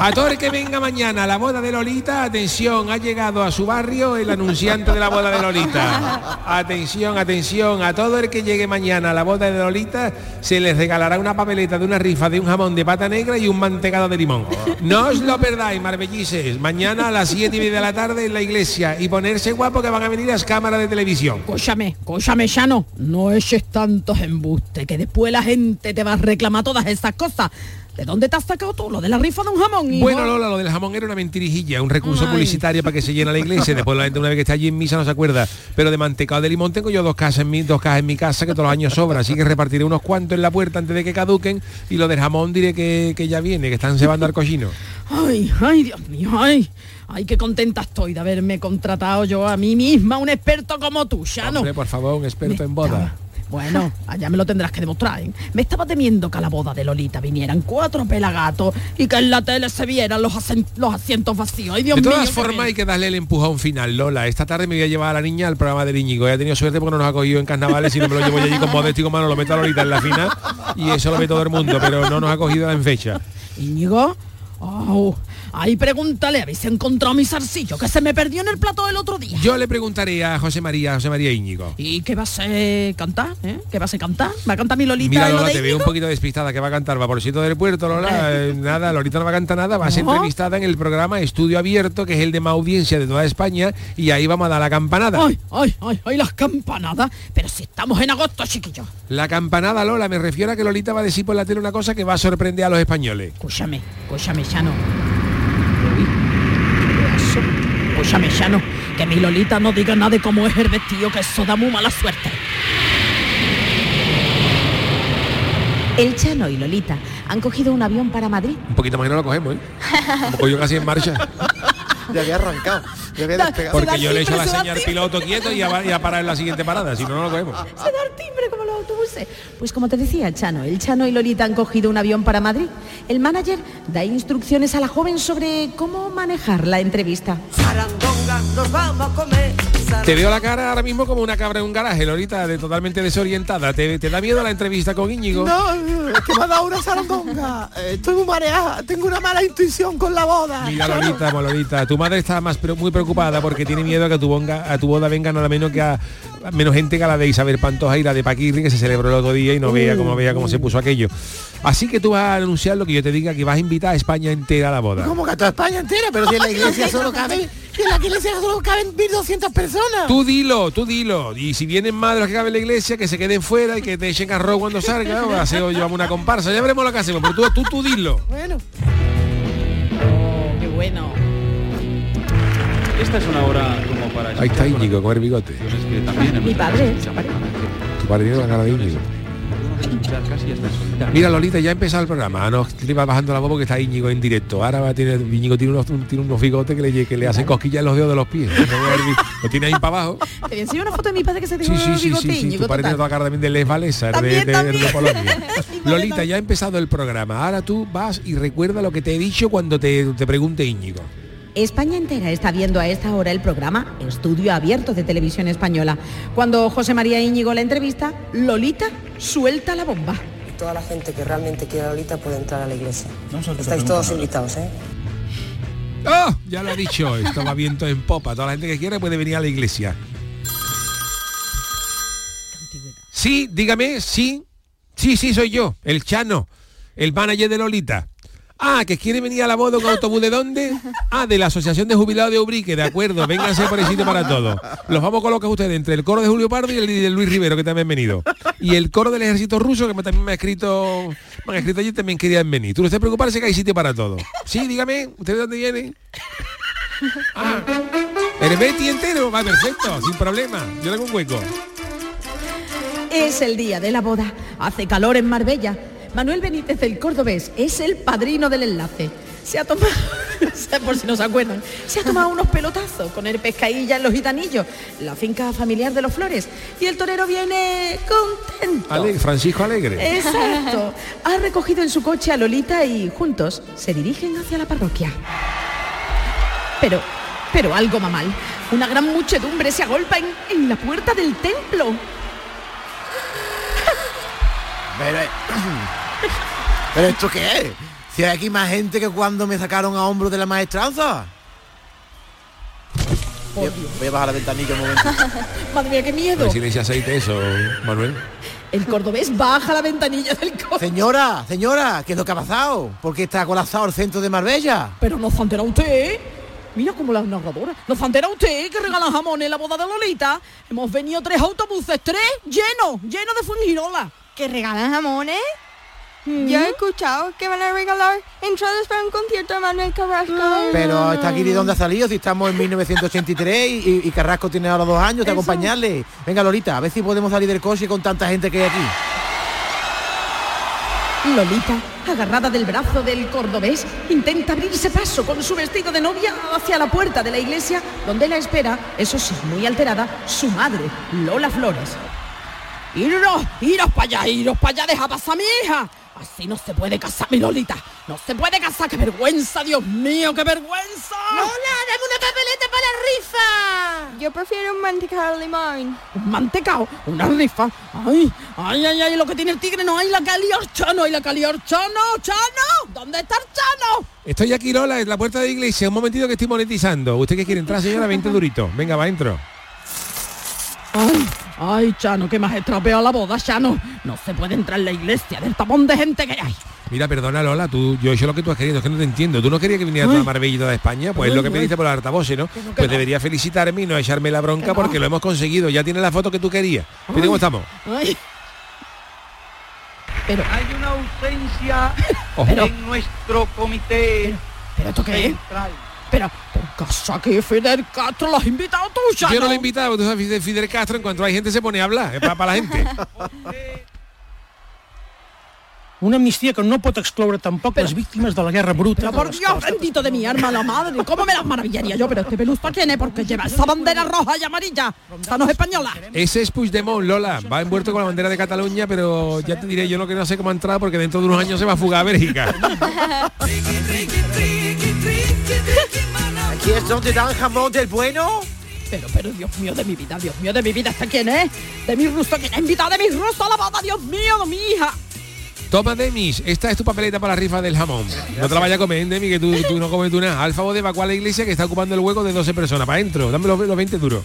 S2: A todo el que venga mañana a la boda de Lolita, atención, ha llegado a su barrio el anunciante de la boda de Lolita. Atención, atención, a todo el que llegue mañana a la boda de Lolita se les regalará una papeleta de una rifa de un jamón de pata negra y un mantecado de limón. No os lo perdáis, Marbellices, mañana a las 7 y media de la tarde en la iglesia y ponerse guapo que van a venir las cámaras de televisión.
S15: Cóllame, cóllame, Llano, no eches tantos embustes, que después la gente te vas a reclamar todas esas cosas. ¿De dónde te has sacado tú? Lo de la rifa de un jamón. Hijo?
S2: Bueno, Lola, lo del jamón era una mentirijilla, un recurso Ay. publicitario para que se llena la iglesia. Después la gente una vez que está allí en misa no se acuerda. Pero de mantecado de limón tengo yo dos cajas en mi, dos cajas en mi casa que todos los años sobra. Así que repartiré unos cuantos en la puerta antes de que caduquen. Y lo del jamón diré que, que ya viene, que están cebando al cochino.
S15: Ay, ay, Dios mío, ay. Ay, qué contenta estoy de haberme contratado yo a mí misma, un experto como tú, Shano.
S2: Hombre, por favor, un experto Me en boda. Estaba...
S15: Bueno, allá me lo tendrás que demostrar. ¿eh? Me estaba temiendo que a la boda de Lolita vinieran cuatro pelagatos y que en la tele se vieran los, los asientos vacíos. Ay, Dios
S2: de todas
S15: mío,
S2: formas, hay que darle el empujón final, Lola. Esta tarde me voy a llevar a la niña al programa del Íñigo. Ya he tenido suerte porque no nos ha cogido en carnavales y no me lo llevo yo allí con modesto y con mano. Lo meto a Lolita en la final y eso lo ve todo el mundo, pero no nos ha cogido en fecha.
S15: Íñigo, oh, Ahí pregúntale, ¿habéis encontrado mi zarcillo que se me perdió en el plato el otro día?
S2: Yo le preguntaré a José María, José María Íñigo.
S15: ¿Y qué vas a cantar? Eh? ¿Qué vas a cantar? ¿Va a cantar mi Lolita?
S2: Mira, Lola,
S15: lo de
S2: te
S15: Íñigo?
S2: veo un poquito despistada, que va a cantar Vaporcito del Puerto, Lola. Eh, nada, Lolita no va a cantar nada, va a ser no. entrevistada en el programa Estudio Abierto, que es el de más audiencia de toda España, y ahí vamos a dar la campanada.
S15: ¡Ay, ay, ay, ay las campanadas! Pero si estamos en agosto, chiquillos.
S2: La campanada, Lola, me refiero a que Lolita va a decir por la tele una cosa que va a sorprender a los españoles.
S15: Escúchame, escúchame, Chano. Escúchame, Chano, Pues que mi Lolita no diga nada de cómo es el vestido, que eso da muy mala suerte.
S6: El Chano y Lolita han cogido un avión para Madrid.
S2: Un poquito más y no lo cogemos, ¿eh? Como cogió casi en marcha.
S7: ya había arrancado, ya había despegado.
S2: Porque yo le he hecho la señal piloto quieto y ya va a parar en la siguiente parada, si no, no lo cogemos.
S6: Se da el timbre como los autobuses. Pues como te decía, Chano, el Chano y Lolita han cogido un avión para Madrid. El manager da instrucciones a la joven sobre cómo manejar la entrevista.
S2: nos vamos a comer. Te veo la cara ahora mismo como una cabra en un garaje, Lolita, de totalmente desorientada. ¿Te, ¿Te, da miedo la entrevista con Íñigo?
S16: No, es que me ha dado una sarandonga. Estoy muy mareada, tengo una mala intuición con la boda.
S2: Mira, Lolita, Lolita, tu madre está más pero muy preocupada porque tiene miedo a que tu bonga, a tu boda venga nada menos que a, a menos gente que a la de Isabel Pantoja y la de Paquirri que se celebró el otro día y no uh, vea cómo vea cómo uh. se puso aquello. Así que tú vas a anunciar lo que yo te diga, que vas a invitar a España entera a la boda.
S16: ¿Cómo que a toda España entera? Pero si en la iglesia solo cabe, en la iglesia solo caben 1.200 personas.
S2: Tú dilo, tú dilo. Y si vienen más de los que caben en la iglesia, que se queden fuera y que te echen carro cuando salga, o hacemos, llevamos una comparsa, ya veremos lo que hacemos, pero tú, tú, tú dilo.
S16: Bueno.
S15: Oh, qué bueno.
S13: Esta es una hora como para...
S2: Ahí está Íñigo, con el bigote.
S16: Que también Mi padre.
S2: Tu padre tiene la cara de Íñigo. Mira Lolita, ya ha empezado el programa. Ah, No le va bajando la voz porque está Íñigo en directo. Ahora va a tener, Íñigo tiene unos, tiene unos bigotes que le, que le hacen cosquillas en los dedos de los pies. Lo tiene ahí para abajo.
S6: Te enseño una foto de mi padre que se tiene sí, sí, sí, bigote sí, sí,
S2: Tu padre tiene toda la cara también de Les Valesa, de, de, de, Colombia. Lolita, ya ha empezado el programa. Ahora tú vas y recuerda lo que te he dicho cuando te, te pregunte Íñigo.
S6: España entera está viendo a esta hora el programa Estudio Abierto de Televisión Española. Cuando José María Íñigo la entrevista, Lolita suelta la bomba.
S17: Toda la gente que realmente quiera Lolita puede entrar a la iglesia. No Estáis todos invitados, ¿eh?
S2: ¡Oh! Ya lo he dicho, esto va viento en popa. Toda la gente que quiera puede venir a la iglesia. Sí, dígame, sí. Sí, sí, soy yo, el Chano, el manager de Lolita. Ah, que quiere venir a la boda con autobús de dónde? Ah, de la Asociación de Jubilados de Ubrique, de acuerdo, vénganse por el sitio para todos. Los vamos a colocar ustedes entre el coro de Julio Pardo y el de Luis Rivero, que también han venido. Y el coro del ejército ruso, que también me ha escrito, me ha escrito ayer, también querían venir. Tú no estés preocuparse que hay sitio para todos. Sí, dígame, ¿usted de dónde viene? Ah, el Betty entero, va perfecto, sin problema. Yo tengo un hueco.
S6: Es el día de la boda. Hace calor en Marbella. Manuel Benítez del Cordobés es el padrino del enlace. Se ha tomado, por si no se acuerdan, se ha tomado unos pelotazos con el pescadilla en los gitanillos, la finca familiar de los flores. Y el torero viene contento.
S2: Alegre, Francisco Alegre.
S6: Exacto. Ha recogido en su coche a Lolita y juntos se dirigen hacia la parroquia. Pero
S15: Pero algo va mal. Una gran muchedumbre se agolpa en, en la puerta del templo.
S7: Pero, eh, ¿Pero esto qué es? Si hay aquí más gente que cuando me sacaron a hombros de la maestranza. Voy a, voy a bajar la ventanilla un momento.
S15: Madre mía, qué miedo.
S2: si le echa aceite eso, Manuel.
S15: El cordobés baja la ventanilla del coche.
S7: Señora, señora, ¿qué es lo que ha pasado? ¿Por qué está colapsado el centro de Marbella?
S15: Pero no se entera usted, ¿eh? Mira como la narradora. No se entera usted ¿eh? que regalan jamón en la boda de Lolita. Hemos venido tres autobuses, tres llenos, llenos de fungirola.
S8: ¿Que regalan jamones? Yo
S7: Mm.
S8: he escuchado que van a regalar entradas para un concierto de Manuel Carrasco.
S7: Pero está aquí de dónde ha salido, si estamos en 1983 y, y Carrasco tiene ahora dos años, te acompañarle. Venga Lolita, a ver si podemos salir del coche con tanta gente que hay aquí.
S15: Lolita, agarrada del brazo del cordobés, intenta abrirse paso con su vestido de novia hacia la puerta de la iglesia, donde la espera, eso sí, muy alterada, su madre, Lola Flores. Iros, iros para allá, iros para allá, deja pasar a mi hija. Así no se puede casar, mi Lolita. No se puede casar, qué vergüenza, Dios mío, qué vergüenza.
S18: Lola, dame una papeleta para la
S8: rifa. Yo prefiero un mantecado de limón.
S15: Un mantecao, una rifa. Ay, ay, ay, ay, lo que tiene el tigre no hay la caliorcha, no hay la caliorcha, no, chano. ¿Dónde está el chano?
S2: Estoy aquí, Lola, en la puerta de la iglesia. Un momentito que estoy monetizando. ¿Usted qué quiere entrar, señora? 20 durito. Venga, va, entro.
S15: Ay, ay, Chano, que me has estropeado la boda, Chano. No se puede entrar en la iglesia del tapón de gente que hay.
S2: Mira, perdona, Lola, tú, yo he hecho lo que tú has querido, es que no te entiendo. Tú no querías que viniera toda Marbellita de España, pues es lo que me dice por las altavoces, ¿no? Pues debería felicitarme y no echarme la bronca porque lo hemos conseguido. Ya tiene la foto que tú querías. Mira cómo estamos.
S15: Ay. Pero
S19: hay una ausencia
S2: Ojo.
S19: nou en nuestro comité.
S15: Pero esto qué es? Pero, pero casa que Fidel Castro lo has invitado tú, Chano.
S2: Yo no lo he invitado, tú sabes, Fidel- Fidel Castro, en cuanto hay gente se pone a hablar, es para, la gente.
S20: Una amnistia que no pot excloure tampoc les víctimes de la guerra bruta.
S15: Pero por Dios, bendito de mi arma, la madre, ¿cómo me las maravillaría yo? Pero este peluz para quién es, porque lleva esa bandera roja y amarilla. Esta no es española.
S2: Ese es Puigdemont, Lola. Va envuelto con la bandera de Cataluña, pero ya te diré, yo lo que no sé cómo ha entrado porque dentro de unos años se va a fugar a Bélgica.
S7: Aquí es donde dan jamón del bueno.
S15: Pero, pero, Dios mío de mi vida, Dios mío de mi vida, ¿este quién es? De mi ruso, ¿quién ha invitado de mi ruso a la boda? Dios mío, de mi hija.
S2: Toma, Demis, esta es tu papeleta para la rifa del jamón. No te la vayas a comer, Demis, que tú, tú no comes tú nada. Al favor de evacuar la iglesia que está ocupando el hueco de 12 personas. Para adentro, dame los, los 20 duros.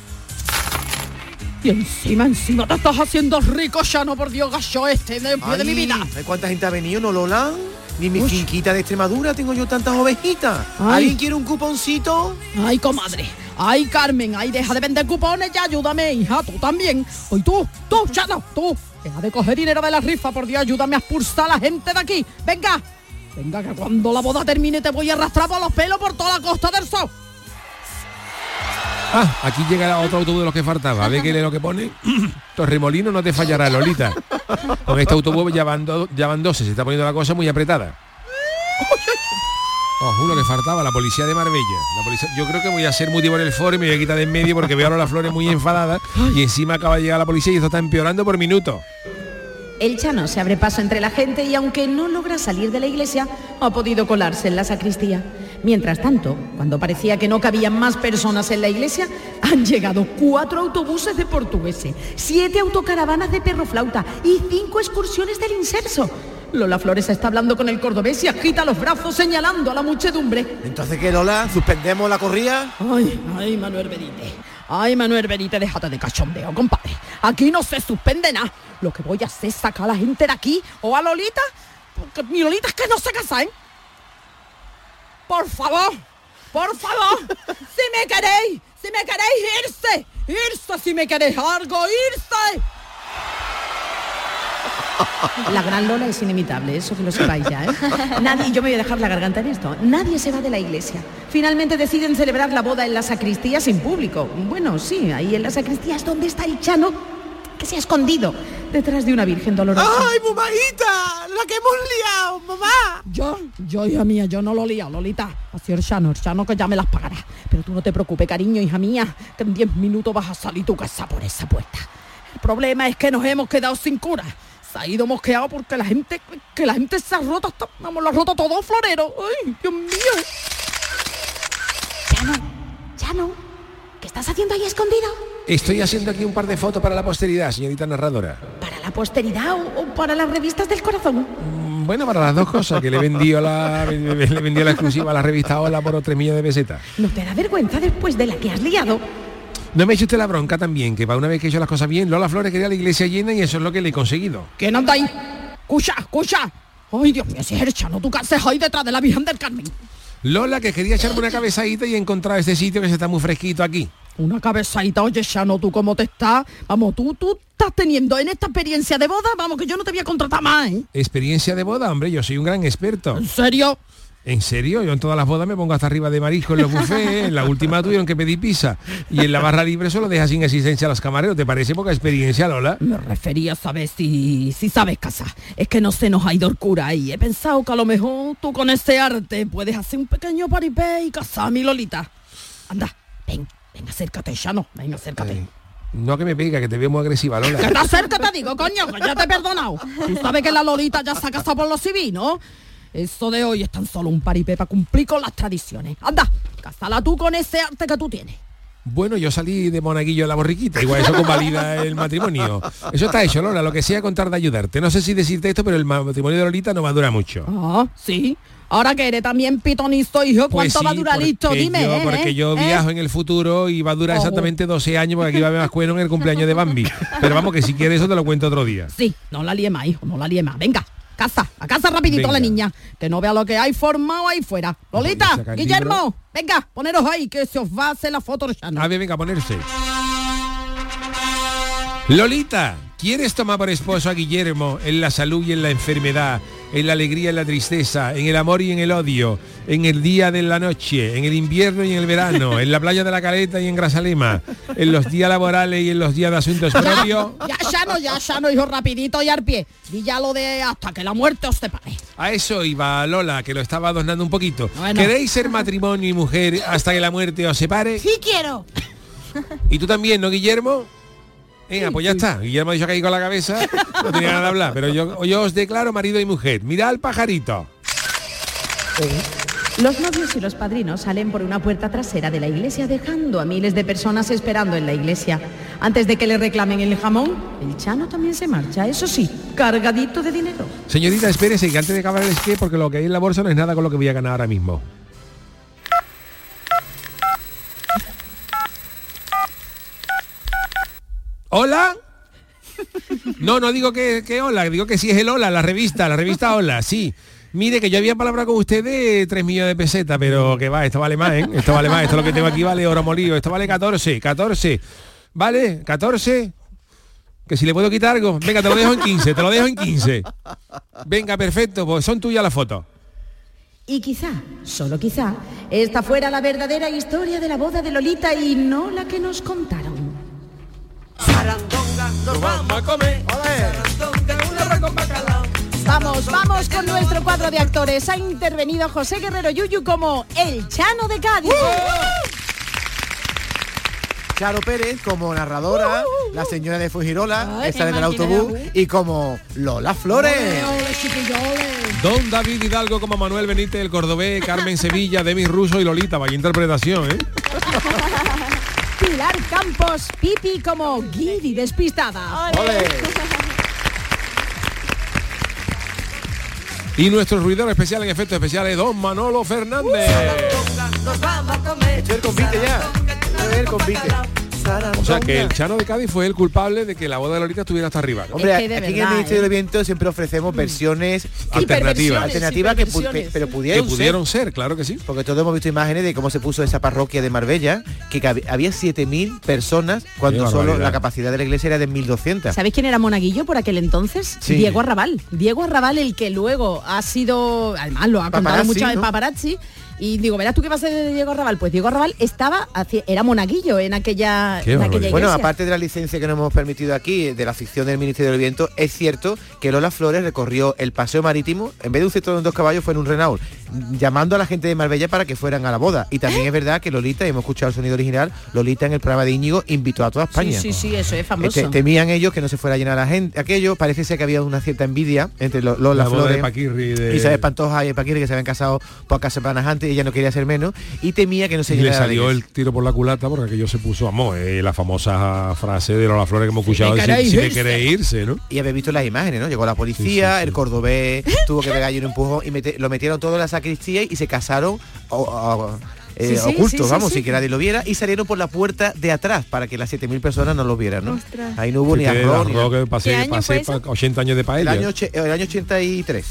S15: Y encima, encima te estás haciendo rico, ya no por Dios, gacho este, de, de mi
S7: Ay,
S15: vida.
S7: ¿sabes ¿Cuánta gente ha venido? ¿No lo dan? Ni mi finquita de Extremadura tengo yo tantas ovejitas. ¿Alguien quiere un cuponcito?
S15: Ay, comadre. Ay, Carmen, ay, deja de vender cupones ya, ayúdame, hija, tú también. Hoy tú, tú, Chano, tú. Deja de coger dinero de la rifa, por Dios, ayúdame a expulsar a la gente de aquí. Venga, venga, que cuando la boda termine te voy a arrastrar por los pelos por toda la costa del sol.
S2: Ah, aquí llega otro autobús de los que faltaba. A ver qué es lo que pone. Torremolino no te fallará, Lolita. Con este autobús ya van, do- ya van 12, se está poniendo la cosa muy apretada. Os juro que faltaba la policía de Marbella. La policía- yo creo que voy a hacer motivo en el foro y me voy a quitar de en medio porque veo a las flores muy enfadadas y encima acaba de llegar la policía y esto está empeorando por minuto.
S3: El Chano se abre paso entre la gente y aunque no logra salir de la iglesia, ha podido colarse en la sacristía.
S15: Mientras tanto, cuando parecía que no cabían más personas en la iglesia, han llegado cuatro autobuses de portugueses, siete autocaravanas de perroflauta y cinco excursiones del inserso. Lola Flores está hablando con el cordobés y agita los brazos señalando a la muchedumbre.
S7: Entonces, ¿qué, Lola? ¿Suspendemos la corrida?
S15: Ay, ay, Manuel Benítez. Ay, Manuel Benítez, déjate de cachondeo, compadre. Aquí no se suspende nada. Lo que voy a hacer es sacar a la gente de aquí o a Lolita, porque mi Lolita es que no se casa, ¿eh? Por favor, por favor, si me queréis, si me queréis, irse, irse, si me queréis algo, irse.
S3: La gran Lola es inimitable, eso que lo sepáis ya, ¿eh? Nadie, yo me voy a dejar la garganta en esto, nadie se va de la iglesia. Finalmente deciden celebrar la boda en la sacristía sin público. Bueno, sí, ahí en la sacristía es donde está el Chano, que se ha escondido detrás de una virgen dolorosa.
S15: ¡Ay,
S16: ¡Mamajita! ¡La que hemos liado, mamá!
S15: Yo, yo, hija mía, yo no lo lía, Lolita. Así el Chano, el Chano que ya me las pagará. Pero tú no te preocupes, cariño, hija mía, que en 10 minutos vas a salir tu casa por esa puerta. El problema es que nos hemos quedado sin cura. Se ha ido mosqueado porque la gente, que la gente se ha roto hasta, vamos, lo ha roto todo, florero. Ay, Dios mío.
S3: Ya
S18: Cayetano, ¿qué estás haciendo ahí escondido?
S2: Estoy haciendo aquí un par de fotos para la posteridad, señorita narradora.
S18: ¿Para la posteridad o, o para las revistas del corazón?
S2: Bueno, para las dos cosas, que le vendió la, le vendió la exclusiva a la revista Hola por 3 millones de pesetas.
S18: ¿No te da vergüenza después de la que has liado?
S2: No me eche usted la bronca también, que para una vez que he hecho las cosas bien, Lola Flores quería la iglesia llena y eso es lo que le he conseguido.
S15: ¿Quién anda ahí? Escucha, escucha. Ay, Dios mío, si es el chano, tú qué haces ahí detrás de la Virgen del Carmen.
S2: Lola, que quería echarme una cabezadita y he encontrado este sitio que se está muy fresquito aquí.
S15: Una cabezadita, oye, Chano, tú cómo te estás. Vamos, tú, tú estás teniendo en esta experiencia de boda, vamos, que yo no te voy a contratar más, ¿eh?
S2: Experiencia de boda, hombre, yo soy un gran experto.
S15: ¿En serio?
S2: En serio, yo en todas las bodas me pongo hasta arriba de marisco en los buffets, en la última tuvieron que pedir pizza y en la barra libre solo deja sin existencia a los camareros. ¿Te parece poca experiencia, Lola?
S15: Me refería a saber si, si sabes casar. Es que no se nos ha ido el cura y he pensado que a lo mejor tú con ese arte puedes hacer un pequeño paripé y casar a mi Lolita. Anda, ven, ven, acércate, Chano, ven, acércate.
S2: No que me pega, que te veo muy agresiva, Lola.
S15: Que te acerques, te digo, coño, que ya te he perdonado. Tú sabes que la Lolita ya se ha casado por los civiles, ¿no? Eso de hoy es tan solo un paripé para cumplir con las tradiciones. Anda, cásala tú con ese arte que tú tienes.
S2: Bueno, yo salí de monaguillo de la borriquita, igual eso convalida el matrimonio. Eso está hecho, Lola, lo que sea contar de ayudarte. No sé si decirte esto, pero el matrimonio de Lolita no va a durar mucho.
S15: Ah, sí. Ahora que eres también pitonizo, hijo,
S2: Pues
S15: ¿cuánto va a
S2: sí,
S15: durar listo?
S2: porque
S15: Dime,
S2: yo-
S15: ¿eh?
S2: Porque yo
S15: ¿eh?
S2: viajo en el futuro y va a durar
S15: Ojo.
S2: exactamente 12 años porque aquí va a haber más cuero en el cumpleaños de Bambi. Pero vamos, que si quieres eso te lo cuento otro día.
S15: Sí, no la liemas, hijo, no la liemas. Venga, casa, a casa rapidito
S2: Venga.
S15: la niña. Que no vea lo que hay formado ahí fuera. Lolita,
S2: saca el libro.
S15: Guillermo, venga, poneros ahí, que se os va a hacer la foto de Chano.
S2: A ver, Ah, venga, a ponerse. Lolita, ¿quieres tomar por esposo a Guillermo en la salud y en la enfermedad, en la alegría y en la tristeza, en el amor y en el odio, en el día de la noche, en el invierno y en el verano, en la playa de la Caleta y en Grasalema, en los días laborales y en los días de asuntos propios?
S15: Ya, Chano, ya, Chano, hijo, rapidito y al pie. Y ya lo de hasta que la muerte os separe.
S2: A eso iba Lola, que lo estaba adornando un poquito.
S15: Bueno.
S2: ¿Queréis ser matrimonio y mujer hasta que la muerte os separe?
S18: Sí quiero.
S2: ¿Y tú también, no, Guillermo? Venga, pues ya está. Guillermo ha dicho que ahí con la cabeza. No tenía nada de hablar. Pero yo, yo os declaro marido y mujer. Mirad al pajarito.
S3: Los novios y los padrinos salen por una puerta trasera de la iglesia dejando a miles de personas esperando en la iglesia. Antes de que le reclamen el jamón, el chano también se marcha, eso sí, cargadito de dinero.
S2: Señorita, espérese, que antes de acabar el esquí, porque lo que hay en la bolsa no es nada con lo que voy a ganar ahora mismo. ¿Hola? No, no digo que, que hola, digo que sí es el hola, la revista, la revista hola, sí. Mire, que yo había palabra con ustedes 3 millones de pesetas, pero que va, esto vale más, ¿eh? Esto vale más, esto lo que tengo aquí vale oro molido, esto vale 14, 14. ¿Vale? 14. Que si le puedo quitar algo, venga, te lo dejo en 15, te lo dejo en 15. Venga, perfecto, pues son tuyas las fotos.
S3: Y quizá, solo quizá, esta fuera la verdadera historia de la boda de Lolita y no la que nos contaron.
S5: Nos vamos Pues a comer.
S6: Vamos, vamos con nuestro cuadro de actores. Ha intervenido José Guerrero Yuyu como el Chano de Cádiz.
S7: Charo Pérez como narradora, la señora de Fujirola,
S6: Ay,
S7: esa del
S6: imagínate,
S7: autobús, y como Lola Flores.
S2: Don David Hidalgo como Manuel Benítez, el Cordobés, Carmen Sevilla, Demis Russo y Lolita, vaya interpretación, ¿eh?
S6: Pilar Campos, Pipi como Guiri despistada.
S2: Y nuestro ruidero especial en efectos especiales, Don Manolo Fernández.
S5: Nos vamos a comer.
S7: Esto es el convite ya. Esto es el convite.
S2: O sea que el Chano de Cádiz fue el culpable de que la boda de Lolita estuviera hasta arriba. ¿no?
S7: Hombre, aquí en el Ministerio del Viento siempre ofrecemos Mm. versiones
S2: Alternativas.
S7: alternativas que, pu-
S2: Hiperversiones.
S7: pe- pero pudieron,
S2: Que pudieron ser, claro que sí.
S7: Porque todos hemos visto imágenes de cómo se puso esa parroquia de Marbella, que cabe- había 7.000 personas cuando
S2: Qué
S7: solo
S2: barbaridad.
S7: la capacidad de la iglesia era de 1.200.
S6: ¿Sabéis quién era monaguillo por aquel entonces?
S7: Sí.
S6: Diego Arrabal. Diego Arrabal, el que luego ha sido, además lo ha contado
S7: Paparazzi,
S6: mucho el
S7: ¿no?
S6: paparazzi. Y digo, verás tú qué pasa de Diego Arrabal. Pues Diego Arrabal estaba, hacia- era monaguillo en aquella, en aquella iglesia.
S7: Bueno, aparte de la licencia que nos hemos permitido aquí, de la ficción del Ministerio del Viento, es cierto que Lola Flores recorrió el paseo marítimo, en vez de un cetro de dos caballos, fue en un Renault, llamando a la gente de Marbella para que fueran a la boda. Y también es verdad que Lolita, y hemos escuchado el sonido original, Lolita en el programa de Íñigo invitó a toda
S6: sí,
S7: España.
S6: sí, sí, eso es famoso.
S7: Este, temían ellos que no se fuera a llenar la gente. Aquello parece ser que había una cierta envidia entre Lo- Lola
S2: La boda de
S7: Flores
S2: Paquirri de-
S7: Isabel Pantoja y Paquirri que se habían casado pocas semanas antes y ella no quería ser menos y temía que no se
S2: Y le
S7: llenara la
S2: salió
S7: iglesia.
S2: el tiro por la culata porque aquello se puso a moe, la famosa frase de Lola Flores que hemos escuchado,
S7: me
S2: si,
S7: queréis
S2: si me
S7: irse.
S2: queréis irse, ¿no?
S7: Y habéis visto las imágenes, ¿no? Llegó la policía, el cordobés tuvo que pegarle un empujón y mete- lo metieron todo en la sacristía y se casaron o- o- eh,
S9: Sí, sí,
S7: ocultos,
S9: sí, sí,
S7: vamos,
S9: sí.
S7: sin que nadie lo viera, y salieron por la puerta de atrás para que las 7.000 personas no lo vieran, ¿no?
S8: Ostras.
S7: Ahí no hubo ni
S2: Que te-
S7: arroz, ni
S2: arroz que pasé-
S7: ¿Qué año
S2: pasé
S7: fue eso?
S2: pa- 80 años de
S7: El
S2: paella.
S7: año, och- el año 83.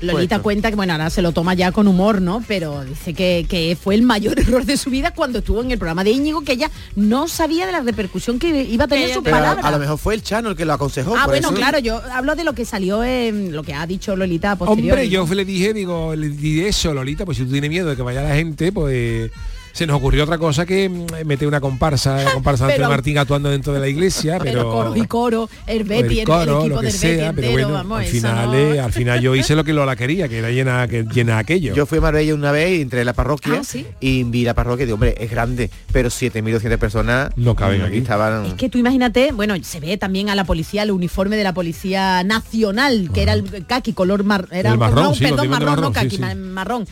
S7: pues
S6: Lolita cuenta que, bueno, ahora se lo toma ya con humor, ¿no? Pero dice que, que fue el mayor error de su vida cuando estuvo en el programa de Íñigo, que ella no sabía de la repercusión que iba a tener su
S7: Pero a,
S6: palabra.
S7: a lo mejor fue el Chano el que lo aconsejó.
S6: ah,
S7: por
S6: bueno,
S7: eso-
S6: claro, yo hablo de lo que salió en lo que ha dicho Lolita posterior.
S2: Hombre, yo le dije, digo, le di eso, Lolita, pues si tú tienes miedo de que vaya la gente, pues se nos ocurrió otra cosa que mm, meter una comparsa, la comparsa de
S6: Pero-
S2: Antonio Martín actuando dentro de la iglesia,
S6: pero
S2: pero,
S6: coro y coro, el
S2: o el
S6: Betty, el- el,
S2: coro,
S6: equipo
S2: lo que
S6: del
S2: sea,
S6: Betty
S2: pero
S6: entero,
S2: bueno,
S6: vamos,
S2: al
S6: eso
S2: final,
S6: no-
S2: eh, al final yo hice lo que Lola quería, que era llena, que llena aquello.
S7: Yo fui a Marbella una vez y entré en la parroquia
S6: Ah, ¿sí?
S7: y vi la parroquia y digo, hombre, es grande, pero 7.200 personas no caben aquí. Estaban...
S6: que tú imagínate, bueno, se ve también a la policía, el uniforme de la policía nacional, que era el caqui color mar, era
S2: El marrón,
S6: no,
S2: sí, lo
S6: perdón,
S2: digo de
S6: marrón, no
S2: marrón, sí,
S6: caqui,
S2: sí.
S6: ma- marrón.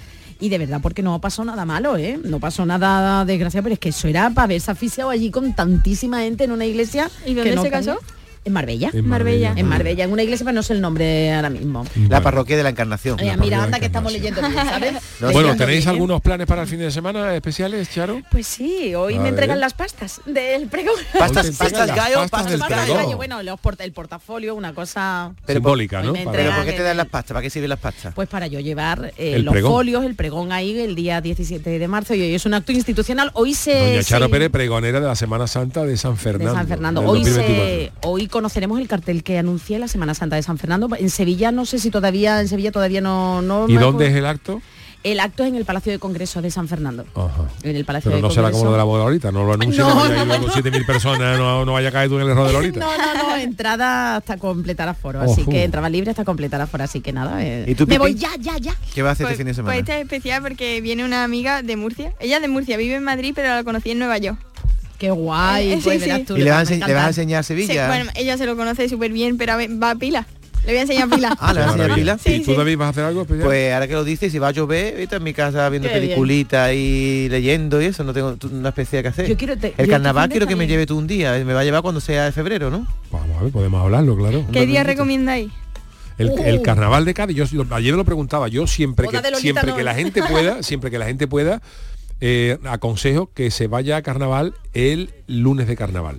S6: Y de verdad, porque no pasó nada malo, ¿eh? No pasó nada desgraciado, pero es que eso era para haberse asfixiado allí con tantísima gente en una iglesia. ¿Y
S8: dónde se casó?
S6: En Marbella.
S7: En Marbella.
S6: En Marbella, en una iglesia, pero no sé el nombre ahora mismo.
S7: La parroquia de la Encarnación.
S6: Oye, mira, anda que estamos leyendo bien, ¿sabes?
S2: bueno,
S6: Leyendo
S2: ¿tenéis
S6: bien. Eh,
S2: algunos planes para el fin de semana especiales, Charo?
S21: Pues sí, hoy
S2: A
S21: me
S2: ver.
S21: entregan las pastas del pregón.
S2: Pastas- Hoy te entregan pastas las gallo, pastas pastas del
S6: Pastas
S2: pregón.
S6: gallo, Bueno, los porta- el portafolio, una cosa...
S2: Simbólica, ¿no?
S6: Pues me
S2: Para-
S7: Pero
S6: entregan
S7: ¿por qué
S6: el-
S7: te dan las pastas? ¿Para qué sirven las pastas?
S6: Pues para yo llevar eh,
S2: El
S6: los
S2: pregón.
S6: folios, el pregón ahí el día 17 de marzo y hoy es un acto institucional. Hoy se...
S2: Doña Charo
S6: se-
S2: Pérez, pregonera de la Semana Santa de San
S6: de
S2: Fernando.
S6: San Fernando.
S2: del
S6: Hoy, se-
S2: 2024.
S6: hoy conoceremos el cartel que anuncié la Semana Santa de San Fernando. En Sevilla no sé si todavía, en Sevilla todavía no... no
S2: ¿Y
S6: me
S2: dónde
S6: acuerdo.
S2: es el acto?
S6: El acto es en el Palacio de Congresos de San Fernando.
S2: Ajá.
S6: En el Palacio
S2: Pero
S6: de
S2: no será
S6: Congresos.
S2: como lo de la boda ahorita, no lo anuncian,
S6: No,
S2: no, vaya a ir
S6: no,
S2: con 7.000 personas, no, no vaya a caer tú en el error de Lolita.
S6: No, no, no, entrada hasta completar aforo, así
S2: Ojo.
S6: que entraba libre hasta completar aforo, así que nada. eh,
S7: ¿Y tú,
S6: me
S7: Pipi?
S6: voy ya, ya, ya.
S7: ¿Qué va a hacer
S8: Pues-
S7: este fin de
S8: Pues
S7: semana?
S8: esta es especial porque viene una amiga de Murcia. Ella es de Murcia, vive en Madrid, pero la conocí en Nueva York. Eh,
S6: Qué guay,
S8: Sí,
S6: pues
S8: sí.
S6: verás tú.
S7: ¿Y le vas, a
S6: a
S7: ense- le vas a
S6: encantar.
S7: enseñar Sevilla?
S8: Sí, bueno, ella se lo conoce súper bien, pero a ver, va a pila. Le voy a enseñar pila.
S7: Ah, le vas a enseñar pila.
S8: Sí, sí.
S2: David vas a hacer algo?
S7: Pues ahora que lo dices, si va a llover, vete en mi casa viendo
S8: Qué bien.
S7: peliculitas y leyendo y eso, no tengo t- una especie que hacer.
S2: Yo quiero te- yo
S7: el
S2: este
S7: carnaval
S2: fin de
S7: quiero que me
S2: también.
S7: lleve tú un día, eh, me va a llevar cuando sea de febrero, ¿no?
S2: Vamos a ver, podemos hablarlo, claro.
S8: ¿Qué día recomendáis?
S2: El,
S8: Uh.
S2: el carnaval de Cádiz, yo si lo- ayer lo preguntaba, yo siempre
S8: Boda
S2: que,
S8: de Lolita
S2: siempre
S8: no.
S2: que la gente pueda, siempre que la gente pueda, eh, aconsejo que se vaya a carnaval el lunes de carnaval.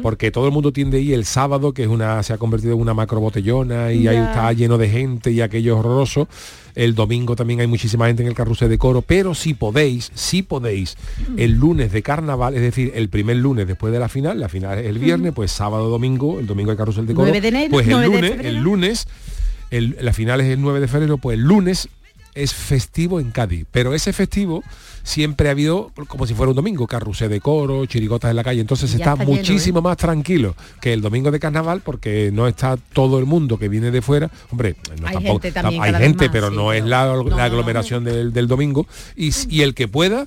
S2: Porque todo el mundo tiende a ir el sábado, que es una, se ha convertido en una macro botellona y ahí
S18: Ya.
S2: está lleno de gente y aquello es horroroso. El domingo también hay muchísima gente en el carrusel de coro, pero si podéis, si podéis, el lunes de carnaval, es decir, el primer lunes después de la final, la final es el viernes, pues sábado, domingo, el domingo hay carrusel de coro,
S6: 9 de enero,
S2: pues el
S6: 9 de
S2: lunes, el
S6: febrero.
S2: lunes, el- la final es el 9 de febrero, pues el lunes es festivo en Cádiz, pero ese festivo siempre ha habido como si fuera un domingo, carrusel de coro, chirigotas en la calle, entonces
S18: Ya
S2: está,
S18: está lleno, ¿eh?
S2: muchísimo más tranquilo que el domingo de carnaval porque no está todo el mundo que viene de fuera, hombre, no,
S18: Hay
S2: tampoco-
S18: gente también
S2: tam- hay
S18: cada vez
S2: gente,
S18: más,
S2: pero
S18: sí,
S2: no es la, la aglomeración del, del domingo y, s- y el que pueda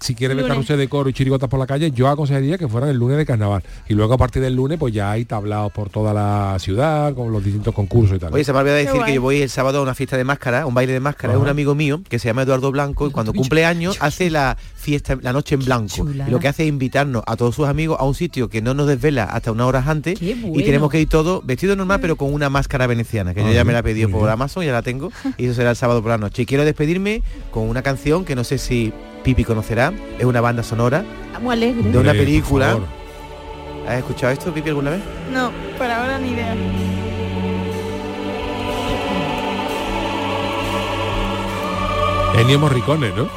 S2: si quiere ver
S18: Lunes.
S2: carrusel de coro y chirigotas por la calle, yo aconsejaría que fueran el lunes de carnaval. Y luego a partir del lunes, pues ya hay tablados por toda la ciudad, con los distintos concursos y tal.
S7: Oye, se me olvidó
S2: Qué
S7: decir
S2: guay.
S7: que yo voy el sábado a una fiesta de máscara, un baile de máscara, es un amigo mío que se llama Eduardo Blanco y cuando cumple años hace la fiesta, la noche en blanco. Y lo que hace es invitarnos a todos sus amigos a un sitio que no nos desvela hasta unas horas antes y
S6: bueno.
S7: tenemos que ir todos vestidos normal
S2: Mm.
S7: pero con una máscara veneciana, que yo
S18: Ah,
S7: ya me
S18: bien,
S7: la he pedido
S18: muy
S7: por
S18: bien.
S7: Amazon, ya la tengo, y eso será el sábado por la noche. Y quiero despedirme con una canción que no sé si Pipi conocerá, es una banda sonora
S6: Estamos alegres.
S7: de una
S2: Hombre, por
S7: película.
S2: favor.
S7: ¿Has escuchado esto, Pipi, alguna vez?
S8: No, por ahora ni idea.
S2: Ennio Morricone, ¿no?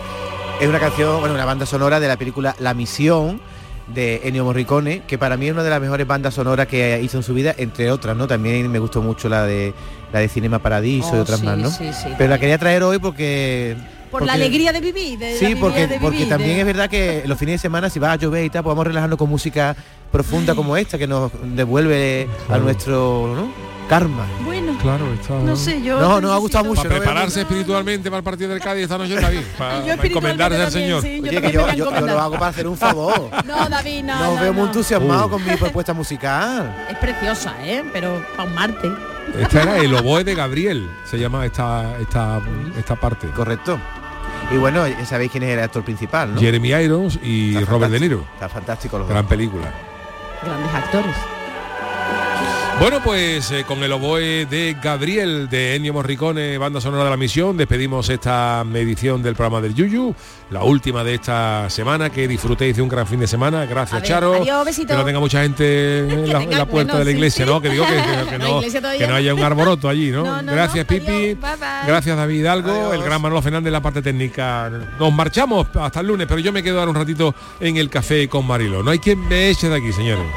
S7: Es una canción, bueno, una banda sonora de la película La Misión de Ennio Morricone, que para mí es una de las mejores bandas sonoras que hizo en su vida, entre otras, ¿no? También me gustó mucho la de la de Cinema Paradiso y
S6: Oh,
S7: otras
S6: sí,
S7: más, ¿no?
S6: sí, sí,
S7: Pero la quería traer hoy porque
S6: Por la alegría de vivir. de la
S7: Sí,
S6: alegría de
S7: porque,
S6: vivir,
S7: porque
S6: de-
S7: también es verdad que los fines de semana, si va a llover y tal, podemos relajarnos con música profunda como esta, que nos devuelve a nuestro ¿no? karma.
S6: Bueno.
S2: Claro, está.
S6: No sé, yo
S7: No, no, ha gustado mucho.
S2: Para
S7: ¿no?
S2: prepararse espiritualmente para el partido del Cádiz esta noche, David. Para, para encomendarse al Señor.
S7: Oye, que yo, yo- yo lo hago para hacer un favor.
S6: No, David, no.
S7: Nos
S6: no,
S7: veo muy
S6: no. Uh.
S7: entusiasmados con mi propuesta musical.
S6: Es preciosa, ¿eh? Pero para un Marte.
S2: Este Esta era el oboe de Gabriel, se llama esta, esta, esta parte.
S7: Correcto. Y bueno, ya sabéis quién es el actor principal, ¿no?
S2: Jeremy Irons y
S7: Está
S2: Robert De
S7: fantástico,
S2: Niro.
S7: Está fantástico los
S2: Gran
S7: dos.
S2: película.
S3: Grandes actores.
S2: Bueno, pues eh, con el oboe de Gabriel de Ennio Morricone, banda sonora de la misión, despedimos esta edición del programa del Yuyu, la última de esta semana, que disfrutéis de un gran fin de semana. Gracias,
S3: A ver,
S2: Charo.
S3: adiós, besito.
S2: Que no tenga mucha gente en la, en la puerta
S3: bueno,
S2: de la
S3: sí,
S2: iglesia,
S3: sí.
S2: ¿no? Que digo que, que- que
S3: La
S2: no,
S3: iglesia todavía
S2: que no
S3: no.
S2: haya un arboroto allí, ¿no? Gracias, Pipi. Gracias, David Hidalgo, el gran Manolo Fernández, la parte técnica. Nos marchamos hasta el lunes, pero yo me quedo ahora un ratito en el café con Marilo. No hay quien me eche de aquí, señores.